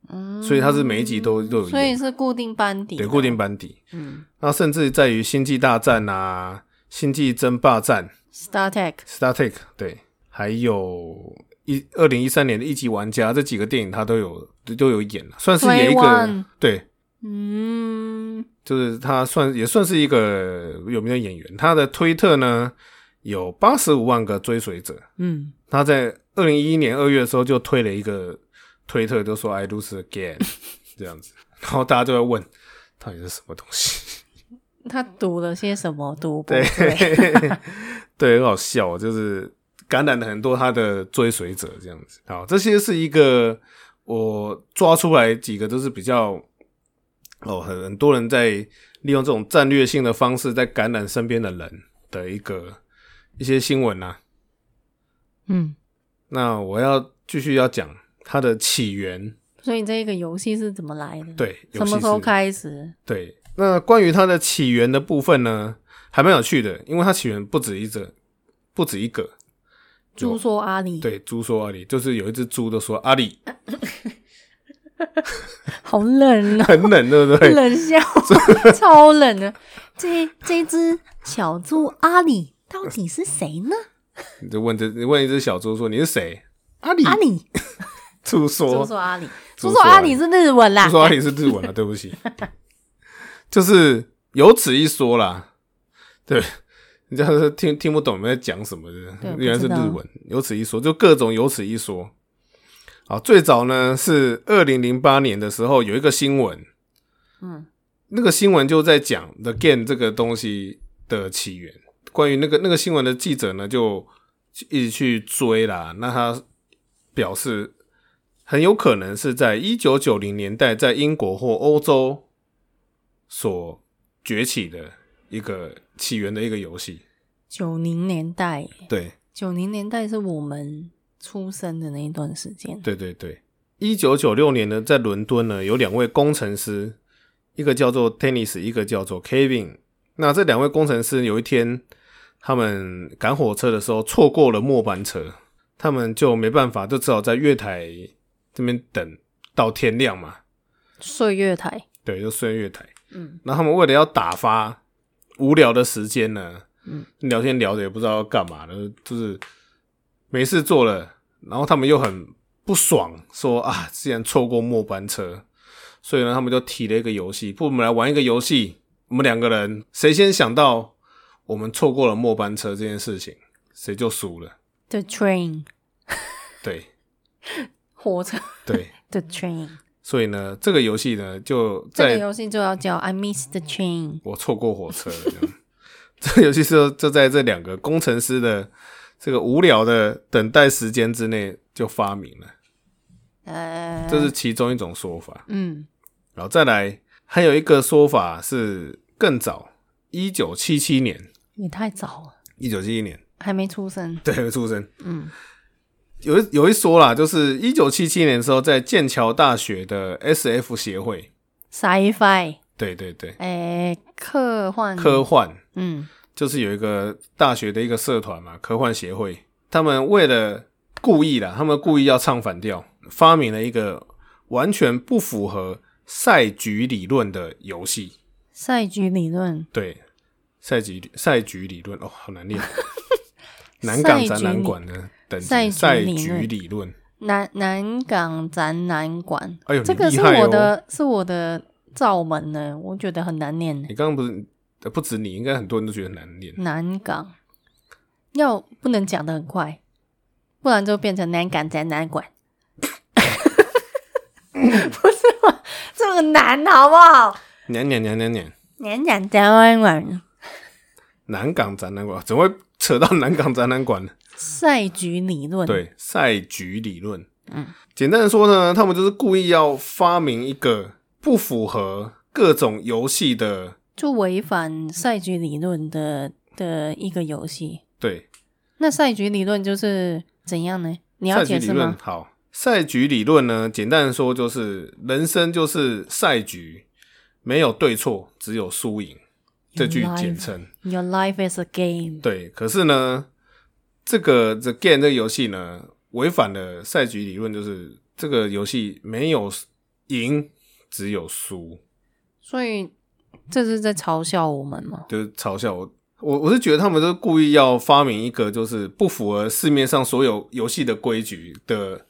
嗯所以它是每一集都都有所以演，是固定班底，对，固定，班底。嗯那甚至在于星际大战啊、星际争霸战、 ，Star Tech， Star Trek，对，还有一二零一三年的一级玩家这几个电影，它都有都有演了，算是演一个21对。嗯，就是他算也算是一个有名的演员，他的推特呢有八十五万个追随者。嗯，他在二零一一年二月的时候就推了一个推特，就说 “I lose again” 这样子，然后大家就会问到底是什么东西？他读了些什么读不对 对？，对，很好笑哦，就是感染了很多他的追随者这样子。好，这些是一个我抓出来几个都是比较哦，很很多人在利用这种战略性的方式在感染身边的人的一个一些新闻啊。嗯，那我要继续要讲它的起源，所以这个游戏是怎么来的？，对，什游戏么是时候开始？对，那关于它的起源的部分呢，还蛮有趣的，因为它起源不止一个，不止一个。猪说阿里，对，猪说阿里，就是有一只猪都说阿里好冷啊，很冷，对不对？冷笑， 超冷的。这这只小猪阿里到底是谁呢？你就问这，你问一只小猪说你是谁？阿里阿里，猪说，猪说阿里，猪猪说说阿里是日文啊啦猪。说阿里是日文了，啊对不起， 就是有此一说啦。对，人家是听听不懂你们在讲什么对的，不知道原来是日文，有此一说，就各种有此一说。好，最早呢是二零零八年的时候有一个新闻，嗯，那个新闻就在讲 The Game 这个东西的起源。关于那个那个新闻的记者呢，就一直去追啦。那他表示，很有可能是在一九九零年代在英国或欧洲所崛起的一个起源的一个游戏。九零年代，对，九零年代是我们出生的那一段时间。对对对，一九九六年呢，在伦敦呢，有两位工程师，一个叫做 Tennis，一个叫做 Kevin。那这两位工程师有一天，他们赶火车的时候错过了末班车，他们就没办法，就只好在月台这边等到天亮嘛。岁月台，对，就睡月台。嗯，那他们为了要打发无聊的时间呢，嗯，聊天聊的也不知道要干嘛的，就是没事做了，然后他们又很不爽，说啊，既然错过末班车，所以呢，他们就提了一个游戏，不，我们来玩一个游戏，我们两个人谁先想到我们错过了末班车这件事情，谁就输了。 The Train 对火车 对， ，The Train 所以呢，这个游戏呢，就这个在游戏就要叫 I Miss the Train。我错过火车了。这样 这游戏是就在这两个工程师的这个无聊的等待时间之内就发明了，呃，这是其中一种说法。嗯，然后再来，还有一个说法是更早，一九七七年，也太早了，一九七一年，还没出生。对，出生。嗯，有一有一说啦，就是一九七七年的时候，在剑桥大学的 SF 协会， sci-fi，对对对，哎，科幻，科幻嗯就是有一个大学的一个社团嘛，科幻协会，他们为了故意啦，他们故意要唱反调，发明了一个完全不符合赛局理论的游戏。赛局理论，对，赛局赛局理论哦，好 难念，南港展览馆的等级赛赛局理论局理论，南南港展览馆，哎呦，这个你是厉害哦我的，是我的罩门呢，我觉得很难念呢你。刚刚不是呃不止你，应该很多人都觉得很难念。南港要不能讲的很快，不然就变成南港展览馆。 不是吗？这么难好不好？娘娘娘娘娘，南港展览馆，南港展览馆怎么会扯到南港展览馆呢？赛局理论，，对，赛局理论。嗯，简单的说呢，他们就是故意要发明一个不符合各种游戏的，就违反赛局理论的的一个游戏。对，那赛局理论就是怎样呢？你要赛局解理释论吗？。好，赛局理论呢，简单的说就是人生就是赛局，没有对错，只有输赢，这句 Your life 简称。 Your life is a game。对，可是呢，这个 The Game 这个游戏呢，违反了赛局理论，就是这个游戏没有赢，只有输。所以这是在嘲笑我们吗？就是嘲笑我。我我是觉得他们都故意要发明一个就是不符合市面上所有游戏的规矩的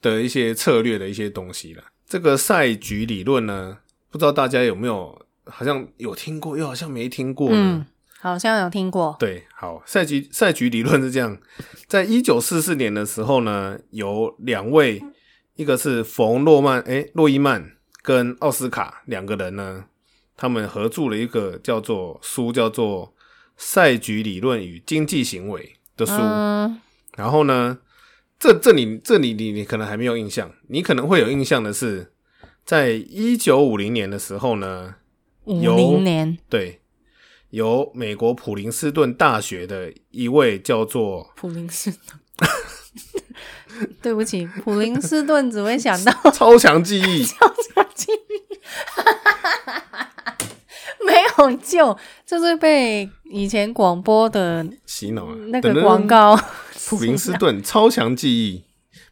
的一些策略的一些东西啦。这个赛局理论呢，不知道大家有没有好像有听过，又好像没听过呢？嗯，好像有听过。对，好，赛局赛局理论是这样，在一九四四年的时候呢，有两位，一个是冯诺曼，诶，洛伊曼跟奥斯卡两个人呢，他们合著了一个叫做书，叫做《赛局理论与经济行为》的书。嗯，然后呢，这这里这里你你可能还没有印象，你可能会有印象的是，在一九五零年的时候呢，五有零年，对，由美国普林斯顿大学的一位 叫做普林斯顿。 对不起，普林斯顿只会想到超强 记忆，奖金，没有救，就是被以前广播的洗脑了那个广。告。啊普林斯顿超强记忆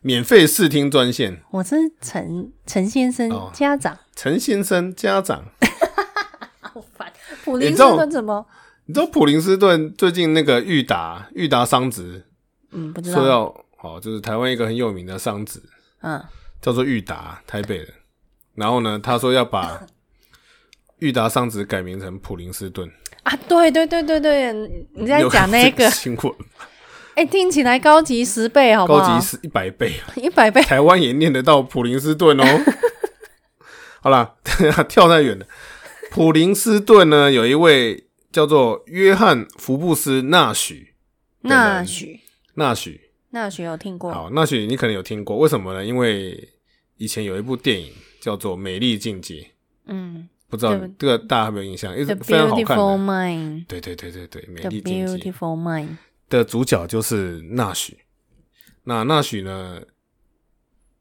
免费试听专线，我是陈陈先哦生家长，陈先生家长，好烦。 普你林知斯道顿怎么？你知道普林斯顿最近那个裕达裕达商职嗯，不知说道。要哦，就是台湾一个很有名的商职嗯，叫做裕达，台北的。然后呢，他说要 把裕达商职改名成普林斯顿。啊，对对对对对，你你在有讲那这个， 新闻，哎、听起来高级十倍，好不高好级？是一百倍啊！一百倍。台湾也念得到普林斯顿哦。 好啦， 跳太远了。普林斯顿呢，有一位叫做约翰福布斯纳许，那许纳许，那许有听过，好，纳许你可能有听过，为什么呢？因为以前有一部电影叫做《美丽境界》，嗯不知道对这个大家有没有印象？一直，The 非常好看 Beautiful 的。 Mind。对对对对对，《美 The 丽境界》 Beautiful Mind，的主角就是纳许。那纳许呢？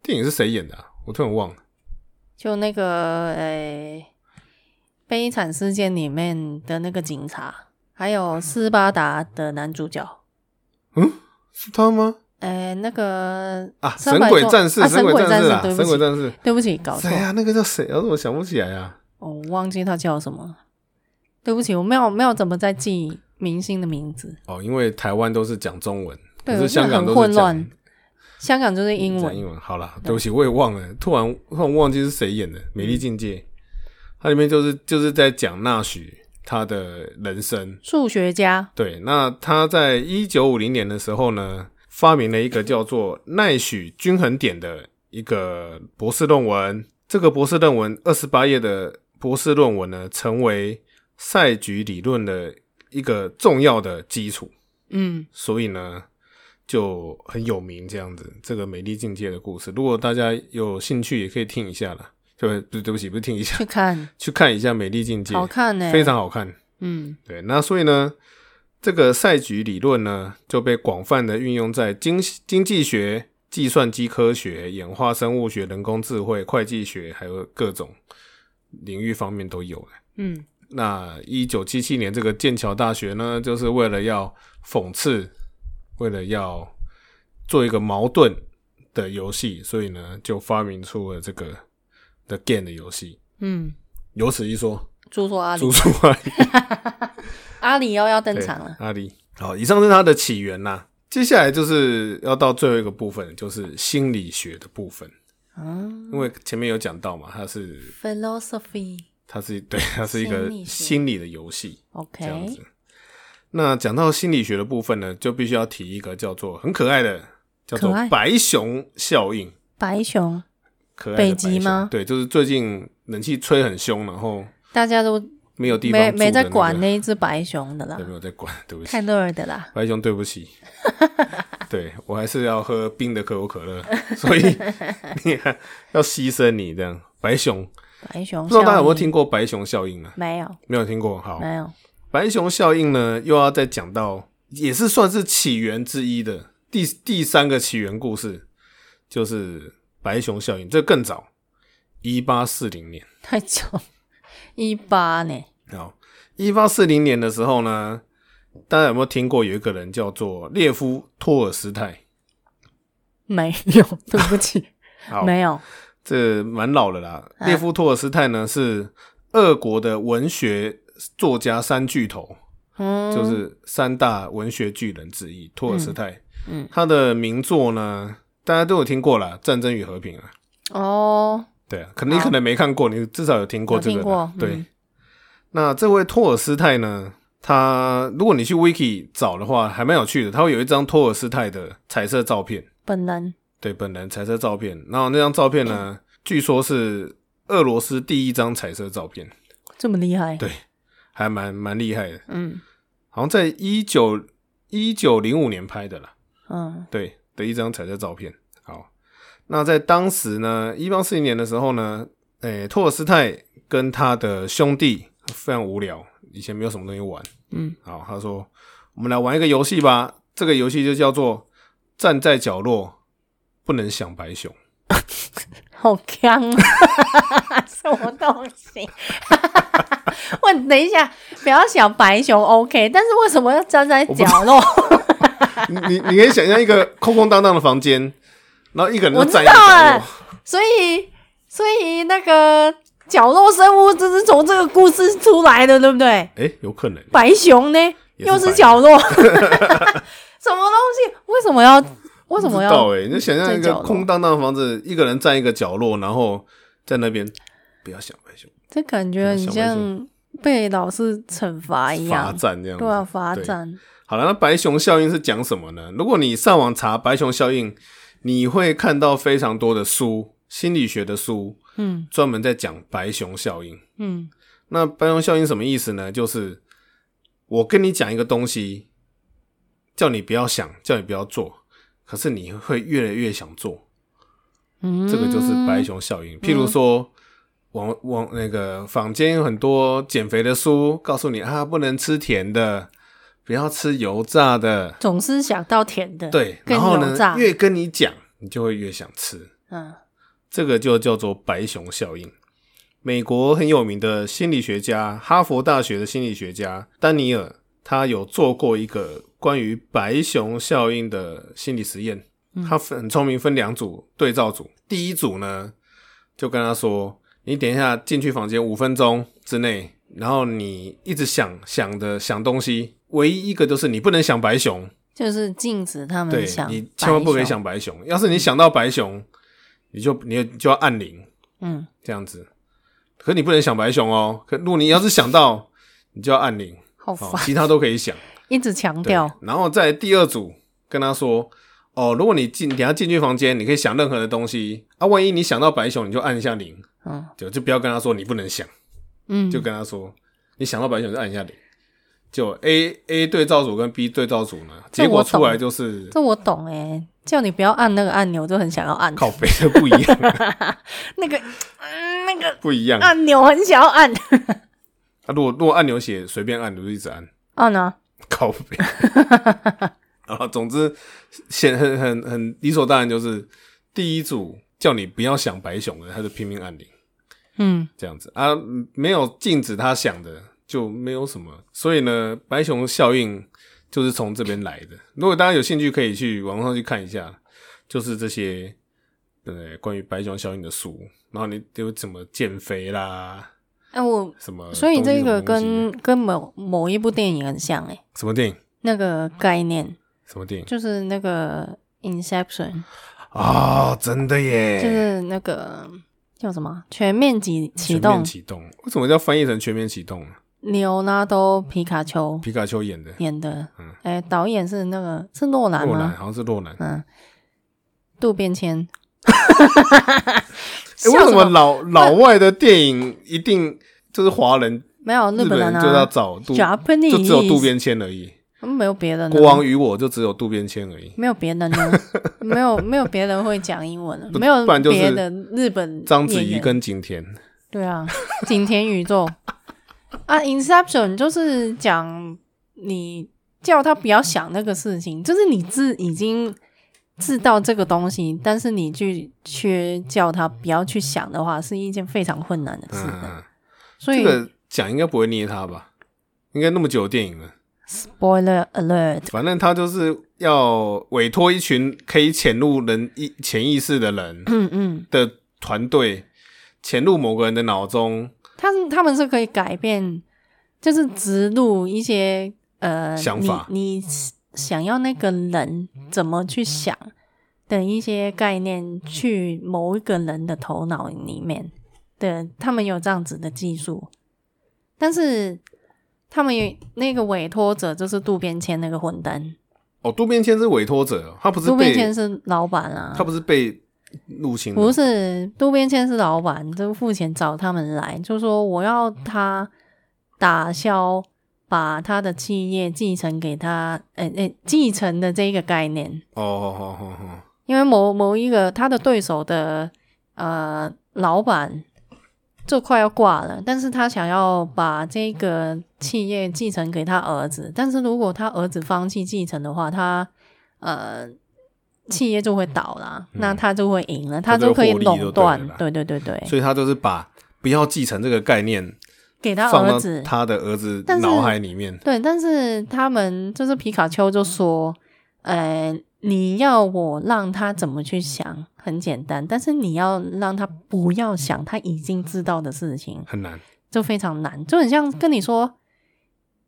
电影是谁演的啊、我突然忘了。就那个呃、悲惨事件》里面的那个警察，还有斯巴达的男主角，是他吗？呃、那个啊，神三百鬼多战士，啊神神鬼战战士士啦，对不神鬼起战士，啊对不起，搞错谁，啊？那个叫谁啊？我想不起来啊。哦，我忘记他叫什么，对不起，我没有没有怎么在记明星的名字，哦，因为台湾都是讲中文，对可是香港都我是真的讲很混香港就是英讲文，英文。好了，对不起，我也忘了，突然突然忘记是谁演的《嗯美丽境界》，它里面就是就是在讲纳许他的人生。数学家，对，那他在一九五零年的时候呢，发明了一个叫做奈许均衡点的一个博士论文。这个博士论文二十八页的博士论文呢，成为赛局理论的一个重要的基础，嗯，所以呢就很有名。这样子，这个美丽境界的故事，如果大家有兴趣，也可以听一下啦。对，不，对不起，不是听一下去，看，去看一下《美丽境界好》，看呢、非常好看。嗯，对，那所以呢，这个赛局理论呢，就被广泛的运用在经经济学、计算机科学、演化生物学、人工智慧、会计学，还有各种领域方面都有了。嗯，那一九七七年，这个剑桥大学呢，就是为了要讽刺，为了要做一个矛盾的游戏，所以呢，就发明出了这个 The Game 的游戏。嗯，有此一说，猪说阿里猪，啊猪阿里阿里又要登对场了。阿里，好，以上是它的起源啦。接下来就是要到最后一个部分，就是心理学的部分，嗯因为前面有讲到嘛，它是，philosophy。它是 对，它是一个心理学心理的游戏。这样 OK，子。那讲到心理学的部分呢，就必须要提一个叫做很可爱的，叫做可爱白熊效应。白熊，可爱的白北极熊吗对，就是最近冷气吹很凶，然后大家都没有地方没住的没在那管个，那一只白熊的啦对，，没有在管，对不起太，乐的啦。白熊，对不起。对我还是要喝冰的可口可乐，所以你看要牺牲你这样。白熊，白熊，不知道大家有没有？听过白熊效应呢、没有，没有听过，好，没有。白熊效应呢，又要再讲到，也是算是起源之一的第第三个起源故事，就是白熊效应。这更早，一八四零年。太久，一八呢？好，一八四零年的时候呢，大家有没有听过有一个人叫做列夫·托尔斯泰？没有，对不起，好，没有。这蛮老了啦。啊列夫·托尔斯泰呢是俄国的文学作家三巨头。嗯，就是三大文学巨人之一托尔斯泰。嗯嗯他的名作呢，大家都有听过啦，《战争与和平》啊，哦，对啊，可能你可能没看过，你至少有听过这有个听过啦。对，嗯那这位托尔斯泰呢，他如果你去 Wiki 找的话，还蛮有趣的，他会有一张托尔斯泰的彩色照片，本人对，本人彩色照片。然后那张照片呢，据说是俄罗斯第一张彩色照片，这么厉害，对还蛮蛮厉害的，嗯好像在一九一九零五年拍的啦。嗯对的一张彩色照片。好，那在当时呢，一八四零年的时候呢，诶、托尔斯泰跟他的兄弟非常无聊，以前没有什么东西玩。嗯，好，他说我们来玩一个游戏吧，这个游戏就叫做站在角落不能想白熊。好强啊！ 什么东西？ 我等一下，不要想白熊 OK，但是为什么要站在我不知角落？你你你可以想象一个空空荡荡的房间，然后一个人我就知站一个道哎角了落。所以，所以那个角落生物就是从这个故事出来的，对不对？哎、有可能白熊呢，也又是是白角落， 什么东西？为什么要？为什么不知道要？哎、你就想象一在个角落空荡荡的房子，一个人站一个角落，然后在那边不要想白熊。这感觉你小白像被老师惩罚一罚样，站这样子。哎对啊，罚对站。好了，那白熊效应是讲什么呢？如果你上网查白熊效应，你会看到非常多的书，心理学的书嗯专门在讲白熊效应。嗯那白熊效应什么意思呢？就是我跟你讲一个东西，叫你不要想，叫你不要做，可是你会越来越想做，嗯，这个就是白熊效应。譬如说。网网那个坊间有很多减肥的书，告诉你啊，不能吃甜的，不要吃油炸的，总是想到甜的，对，跟然后油呢炸，，越跟你讲，你就会越想吃，嗯这个就叫做白熊效应。美国很有名的心理学家，哈佛大学的心理学家丹尼尔，他有做过一个关于白熊效应的心理实验。他分很聪明，分两组对照组。第一组呢，就跟他说：“你等一下进去房间五分钟之内，然后你一直想想的想东西，唯一一个就是你不能想白熊，就是禁止他对们想，你千万不可以，想白熊。要是你想到白熊，你就你就要按铃嗯，这样子。可你不能想白熊哦。可如果你要是想到，你就要按铃好哦，烦，其他都可 以想。一直强对调，，然后在第二组跟他说，哦，如果你进，你要进去房间，你可以想任何的东西啊。万一你想到白熊，你就按一下铃，嗯就就不要跟他说你不能想，嗯，就跟他说你想到白熊就按一下铃。就 A A 对照组跟 B 对照组呢，这结果我出懂来就是这我懂哎、叫你不要按那个按钮，我就很想要按靠北的不一样， 那个、嗯那个不一样。啊按钮，很想要按啊，如果如果按钮写随便按，你就一直按，按啊，靠 背。啊，总之，显很很很理所当然就是第一组叫你不要想白熊的，他就拼命按铃嗯这样子啊，嗯没有禁止他想的就没有什么。所以呢，白熊效应就是从这边来的。如果大家有兴趣，可以去网络上去看一下，就是这些呃关于白熊效应的书，然后你有怎么减肥啦，哎、我什呃么东西，所以这个什么东西跟跟某某一部电影很像哎、什么电影？那个概念什么电影就是那个 Inception，啊、真的耶！就是那个叫什么全面启启全动面，启动，为什么叫翻译成全面启动啊？牛纳多皮卡丘皮卡丘演的，演的嗯，哎、导演是那个是诺兰洛吗？南好像 是洛南。嗯，渡边 谦。欸为笑什什么么？老老外的电影一定就是华人、没有日本本人啊就要找渡， ，Japanese 就只有渡边谦而已。嗯，没有别人啊。国王与我就只有渡边谦而已。没有别人 呢，没有没有别人会讲英文了，不没有不然就是别的日本章子演怡员跟景甜，对啊，景田宇宙啊，Inception 就是讲你叫他不要想那个事情，就是你自已经知道这个东西，但是你去去叫他不要去想的话，是一件非常困难的事嗯，的。嗯所以、这个讲应该不会捏他吧？应该那么久的电影了， spoiler alert，反正他就是要委托一群可以潜入人意潜意识的人嗯嗯，的团队，潜入某个人的脑中，他是他们是可以改变，就是植入一些呃想法你你想要那个人怎么去想的一些概念去某一个人的头脑里面的，他们有这样子的技术，但是他们有那个委托者就是渡边谦那个混蛋，哦，渡边谦是委托者，他不是渡边谦被是老板啊，他不是被入侵的，不是渡边谦是老板，就付钱找他们来，就说我要他打消把他的企业继承给他，呃、呃、继承的这一个概念，哦哦哦哦因为某某一个他的对手的呃老板就快要挂了，但是他想要把这个企业继承给他儿子，但是如果他儿子放弃继承的话，他呃企业就会倒啦，那他就会赢了，嗯他他就就可以获利就垄对了断啦，对对对对哦，，所以他就是把不要继承这个概念给他放儿到子，他的儿子但是脑海里面，对，但是他们就是皮卡丘就说，呃，你要我让他怎么去想，很简单，但是你要让他不要想他已经知道的事情，很难。就非常难，就很像跟你说，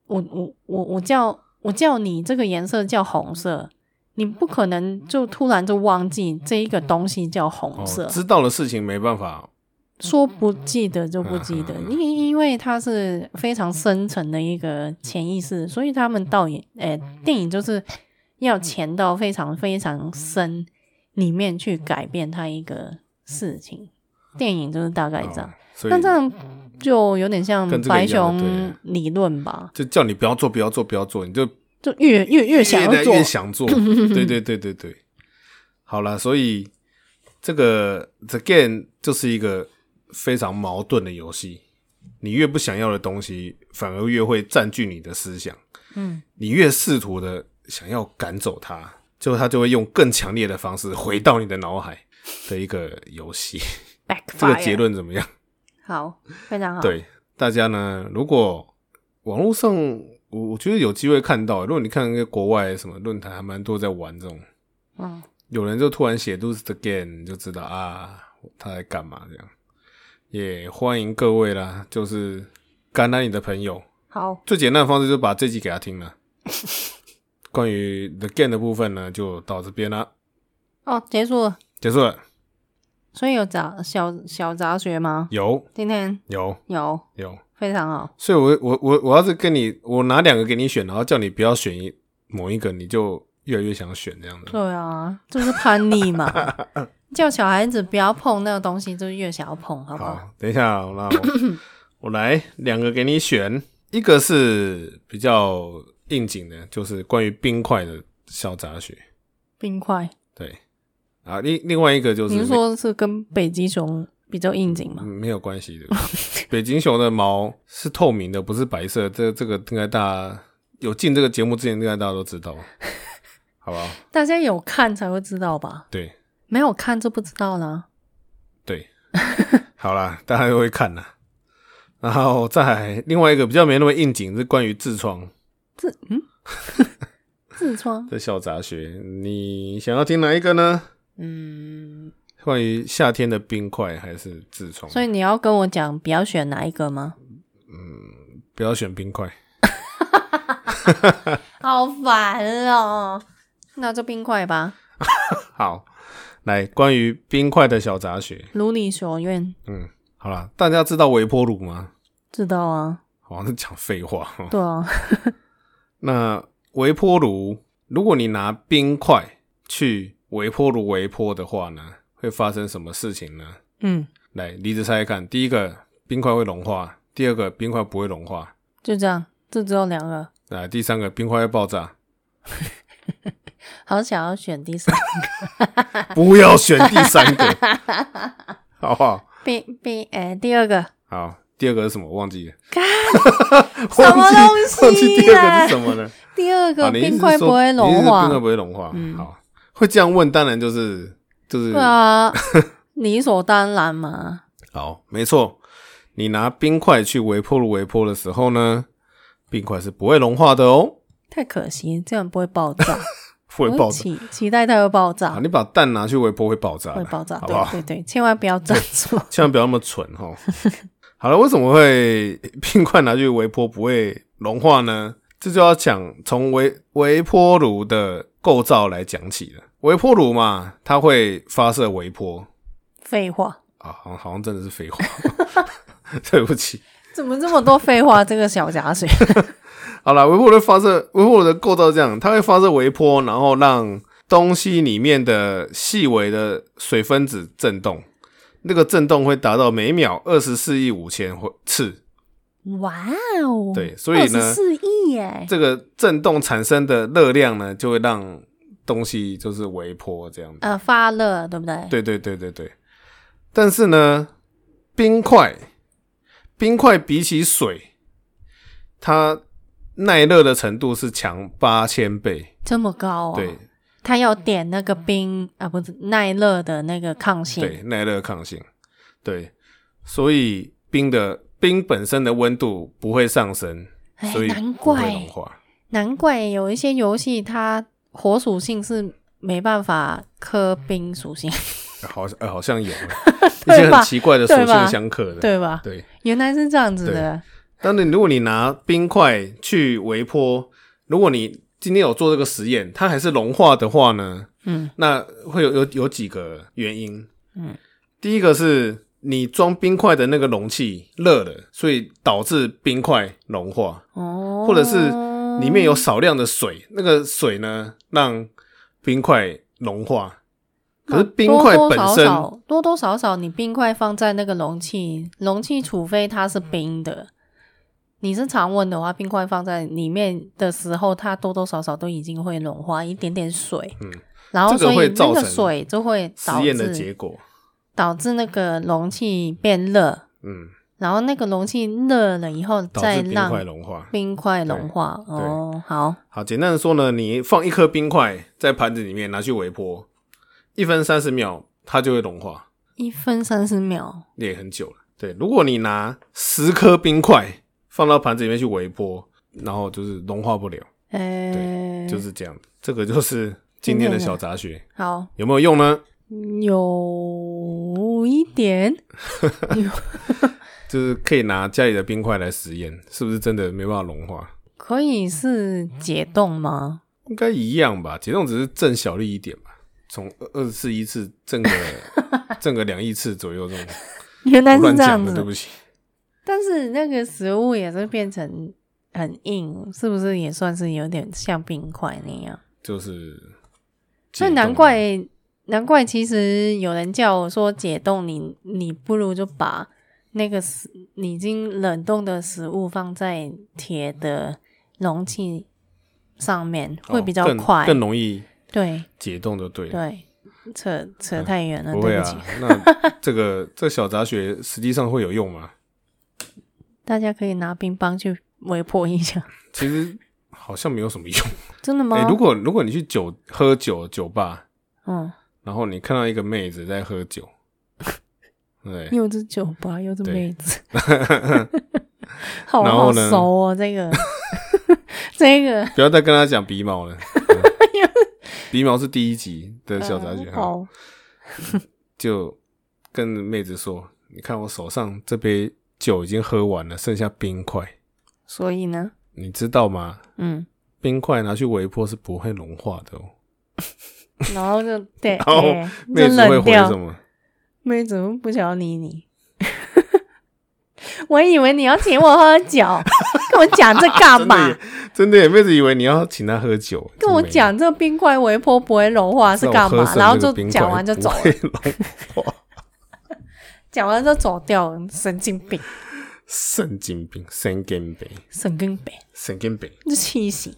我我我我叫我叫你这个颜色叫红色，你不可能就突然就忘记这一个东西叫红哦色，，知道的事情没办法，说不记得就不记嗯得，因因为它是非常深层的一个潜意识，所以他们导演，诶、电影就是要潜到非常非常深里面去改变它一个事情。电影就是大概这样哦，所以那这样就有点像跟这个白一样的熊理论吧，就叫你不要做，不要做，不要做，你就就越越越想来要做越，想做。对对对对对，好了，所以这个 The Game 就是一个非常矛盾的游戏。你越不想要的东西，反而越会占据你的思想。嗯，你越试图的想要赶走它，就它就会用更强烈的方式回到你的脑海的一个游戏。 backfire。这个结论怎么样？好，非常好。对大家呢，如果网络上，我我觉得有机会看到，如果你看一个国外什么论坛，还蛮多在玩这种，嗯，有人就突然写 “lose the game”，你就知道啊他在干嘛这样。也欢迎各位啦，就是感染你的朋友，好，最简单的方式就是把这集给他听 了。关于 the game 的部分呢，就到这边啦，哦，结束了。结束了。所以有杂小小杂学吗？有今天有有，有，非常好。所以我我我我要是跟你，我拿两个给你选，然后叫你不要选一某一个，你就越来越想选这样子。对啊，就是叛逆 嘛。叫小孩子不要碰那个东西，就越想要碰，好不好？好，等一下，哦那 我我来两个给你选，一个是比较应景的，就是关于冰块的小杂学，冰块，对啊，另另外一个就是你是那个说是跟北极熊比较应景吗嗯？没有关 系的，北极熊的毛是透明的，不是白色，这这个应该大家有进这个节目之前，应该大家都知道，好不 好？大家有看才会知道吧？对没有看就不知道啦。对， 好啦，大家都会看啦。然后再来另外一个比较没那么应景，是关于痔疮痔疮，的小杂学。你想要听哪一个呢？嗯，关于夏天的冰块还是痔疮？所以你要跟我讲，不要选哪一个吗？不要选冰块。好烦哦、那就冰块吧，好，来关于冰块的小杂学。如你所愿。嗯，好啦，大家知道微波炉吗？知道啊，好像讲废话。哦对啊，那微波炉，如果你拿冰块去微波炉微波的话呢，会发生什么事情呢？嗯，来，离子猜猜看，第一个冰块会融化，第二个冰块不会融化，就这样，这只有两个，啊，第三个冰块会 爆炸。好想要选第三，不要选第三个， 好不好？冰冰哎，第二个好，第二个是什么？忘记了。 什么东西啊忘记第二个是什 么呢？第二好个啊你意思冰是块说不会你意融思是化嗯冰，块不会融化。好，会这样问，当然就是就是对啊，嗯理所当然嘛。好，没错。你拿冰块去微波炉微波的时候呢，冰块是不会融化的哦，太可惜，这样不会爆炸。 会我爆炸。啊期期待它会爆炸好，，你把蛋拿去微波会爆炸的，会爆炸。好不好？对对对，千万不要站住。千万不要那么蠢 哦。好了，为什么会冰块拿去微波不会融化呢？这就要讲从微微波炉的构造来讲起了。微波炉嘛，它会发射微波废话，啊，好像好像真的是 废话，对不起。怎么这么多废话？这个小夹 水，好了，微波炉发射，微波炉的构造是这样，它会发射微波，然后让东西里面的细微的水分子震动，那个震动会达到每秒二十四亿五千次。哇哦！对所以呢四亿耶，这个震动产生的热量呢，就会让东西就是微波这样子。呃，发热对不对？对对对对对。但是呢，冰块，冰块比起水，它耐热的程度是强八千倍。这么高哦。对，它要点那个冰啊，不是耐热的那个抗性。对，耐热抗性，对，所以冰的冰本身的温度不会上升，哎所以难不会怪融化。难怪有一些游戏它火属性是没办法磕冰属性，好像、呃、好像有一些 对吧很奇怪的属对吧性相克的，对吧？对。原来是这样子的，但是如果你拿冰块去微波，如果你今天有做这个实验，它还是融化的话呢，嗯，那会有有有几个原因，嗯，第一个是你装冰块的那个容器热了，所以导致冰块融化，哦，或者是里面有少量的水，那个水呢让冰块融化。可是冰块多本多少身，少多多少少，你冰块放在那个容器，容器除非它是冰的，你是常温的话，冰块放在里面的时候，它多多少少都已经会融化一点点水，嗯，然后这个所会以那造个成水就会实导验的结致果，导致那个容器变热，嗯，然后那个容器热了以后，导再致冰让块融化。冰块融化。对哦，好，好，简单的说呢，你放一颗冰块在盘子里面拿去微波，一分三十秒它就会融化，一分三十秒，也很久了。对，如果你拿十颗冰块放到盘子里面去微波，然后就是融化不了，诶、就是这样。这个就是今天的小杂学，好，有没有用呢？有一点，就是可以拿家里的冰块来实验，是不是真的没办法融化？可以是解冻吗？应该一样吧，解冻只是正小力一点吧，从二十四一次 正个正个两亿次左右这种，原来 我是乱这样讲的，子对，不起。但是那个食物也是变成很硬，是不是也算是有点像冰块那样？就是解所冻，以难怪，难怪其实有人叫我说解冻你，你不如就把那个食你已经冷冻的食物放在铁的容器上面，哦会比较更快。更容易对解冻就对了。对，扯扯太远了，不会对不啊起，，那这个这小杂学实际上会有用吗？ 大家可以拿冰棒去微波一下。其实好像没有什么用。真的吗？哎、如果如果你去酒喝酒酒吧，嗯，然后你看到一个妹子在喝酒，对，又是酒吧，又是对妹子， 好然后好呢熟哦，这个 这个不要再跟他讲鼻毛 了。嗯鼻毛是第一集的小杂剧嗯哈，好，就跟妹子说：“你看我手上这杯酒已经喝完了，剩下冰块，所以呢，你知道吗？嗯，冰块拿去微波是不会融化的哦。然后就对，然后哎”妹就子会冷回什掉，么？妹子不想要理你。 我以为你要请我喝酒，跟我讲这干真的嘛？耶，真的耶，妹子以为你要请她喝酒，跟我讲这冰块微波不会融化是真没有干嘛？然后就讲完就走，那我喝了，剩这个冰块不会融化讲完就走掉了，神经病，神经病，神经病，神经病，神经病，就气醒。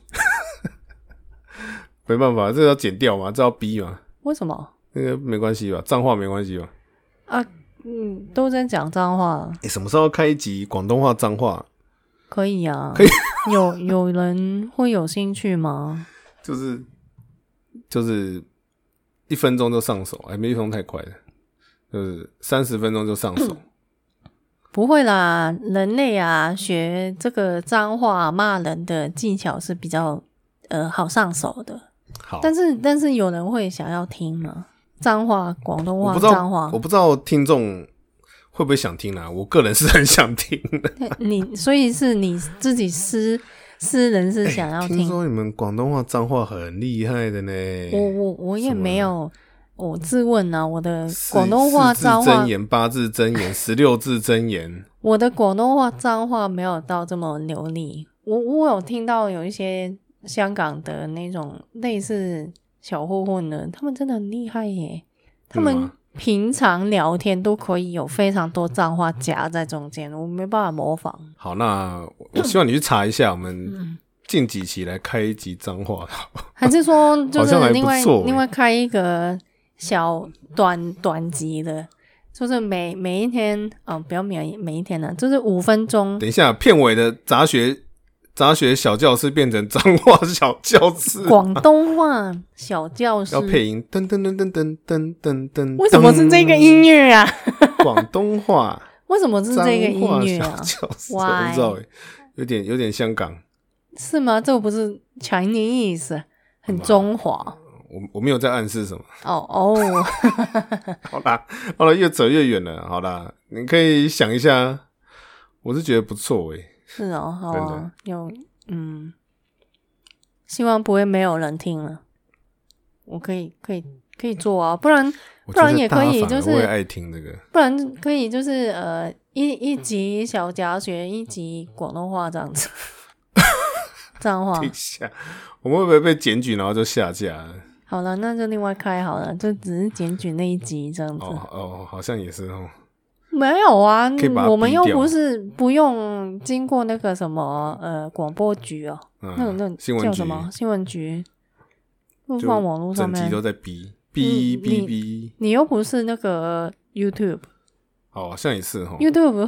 没办法，这要剪掉嘛，这要逼嘛，为什么那个没关系吧，脏话没关系吧。啊？嗯，都在讲脏话了，哎、什么时候开一集广东话脏话？可以啊。可以有有人会有兴趣吗？就是就是一分钟就上手，哎、没一分钟太快了，就是三十分钟就 上手。不会啦，人类啊，学这个脏话骂人的技巧是比较呃好上手的。好，但是但是有人会想要听吗？脏话，广东我话，不知道脏话我，不知道听众会不会想听啦、啊我个人是很想听的。你所以是你自己私私人是想 要听听，说你们广东话脏话很厉害的呢。我我我也什么没有，我自问啊，我的四广东话四字脏话真，言、八字真言、十六字真言，我的广东话脏话没有到这么流利，我我有听到有一些香港的那种类似小混混的，他们真的很厉害耶，他嗯们吗。平常聊天都可以有非常多脏话夹在中间，我没办法模仿。好，那我我希望你去查一下，我嗯们近几期来开一集脏话。还是说，就好是像还不另外错欸另外开一个小短短集的，就是每每一天啊、哦，不要每每一天呢、就是五分 钟，等一下，片尾的杂学杂学小教室变成脏话小教室， 广东话小教室要。配音噔噔噔噔噔噔噔噔。为什么是这个音乐啊？噔？广东话为什 么是脏这个音话乐小啊？教室，我 Why？不知道欸，有点有点香港，是吗？这个不是 Chinese，很中华。我我没有在暗示什么。 哦哦，好啦，好了，越走越远了。好啦，你可以想一下，我是觉得不错欸诶、是哦，好真啊的，有嗯，希望不会没有人听了。我可以可以可以做啊，不然我觉得不然也可以大家反而就是我也爱听这个，不然可以就是呃一一集小夹学，一集广东话这样 子，这样的话听 一下，我们会不会被检举，然后就下架了？好了，那就另外开好了，就只是检举那一集这样子。哦哦，好像也是哦。没有啊可以把，它我们逼又掉不是不用经过那个什么呃广播局哦，嗯，那种那种新叫闻局什么新闻局，不就放网络上整集面嗯都，在逼逼逼逼，你又不是那个 YouTube，YouTube 哦，好像也是哈。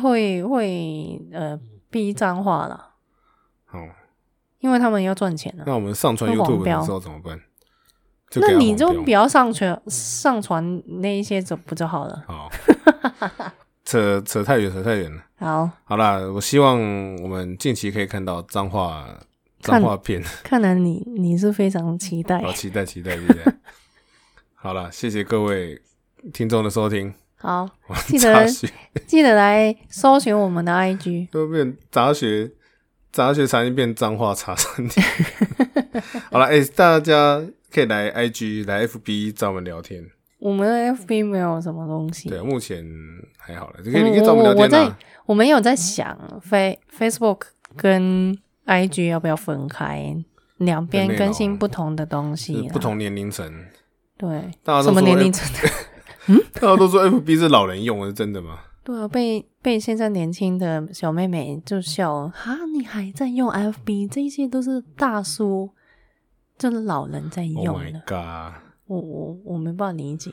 会会呃逼脏话啦，哦，因为他们要赚钱啊。那我们上传那黄 YouTube 标的时候怎么办？那你就不不要上传上传那一些就不就好了？好，扯扯太远，扯太远了。好好啦，我希望我们近期可以看到脏话看哎脏话片，看来你你是非常期待。好期待期待期 待。好啦，谢谢各位听众的收听，好，我们记得杂学记得来搜寻我们的 IG。都变杂学，杂学茶经变脏话茶餐 厅。好了，哎、大家可以来 IG 来 FB 找我们聊天。我们的 FB 没有什么东西对，，目前还好了，你可我以你可以找我嗯们哦我聊我天在啊。我们有在想，Face Facebook 跟 IG 要不要分开，两边内容更新不同的东西是啦，不同年龄层，对大家啊什都么说年龄 F, 层的？大家都说 FB 是老人用的，是真的吗？ 对啊，被被现在年轻的小妹妹就笑哈，你还在用 FB，这些都是大叔，就是老人在 Oh 用 my 的。 god！我我我没办法理解。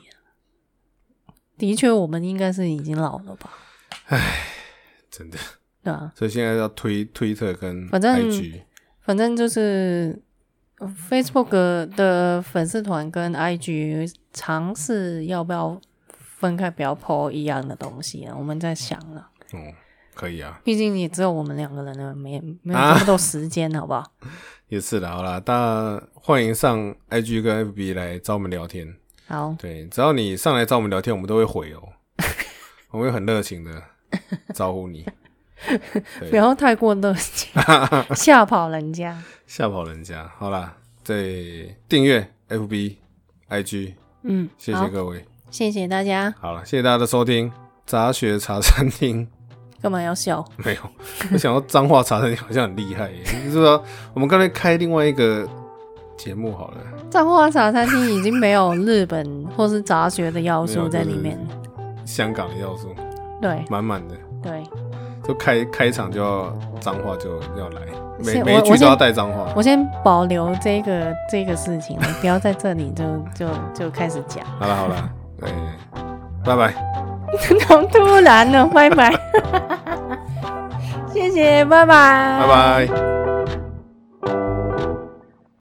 的确，我们应该是已经老了吧？真的，对啊，所以现在要推推特跟反正 IG，反正就是呃 Facebook 的粉丝团跟 IG 尝试要不要分开，不要 po 一样的东西啊。我们在想了，哦，可以啊，毕竟也只有我们两个人了，没没有这么多时间，好不好？也是的，好啦，大家欢迎上 IG 跟 FB 来找我们聊天。好，对，只要你上来找我们聊天，我们都会回 哦，我们会很热情的招呼你， 对不要太过热情，吓跑人家。 吓跑人家。好啦，再订阅 FB、IG，嗯，谢好谢各位。谢谢大家，好了，谢谢大家的收听。杂学茶餐厅 干嘛要笑？没有，我想到脏话茶餐厅好像很厉害耶，你知道？我们刚才开另外一个节目好了。藏花茶餐厅已经没有日本或是杂学的要素哦在里面。香港的要素对满满的，对，就开开场就要脏话就要来，每先每一我我句都先要带脏话。我先保留这个这个事情，不要在这里就就就开始讲，好了好了，对，拜拜。好突然了，拜拜，谢谢，拜拜，拜拜。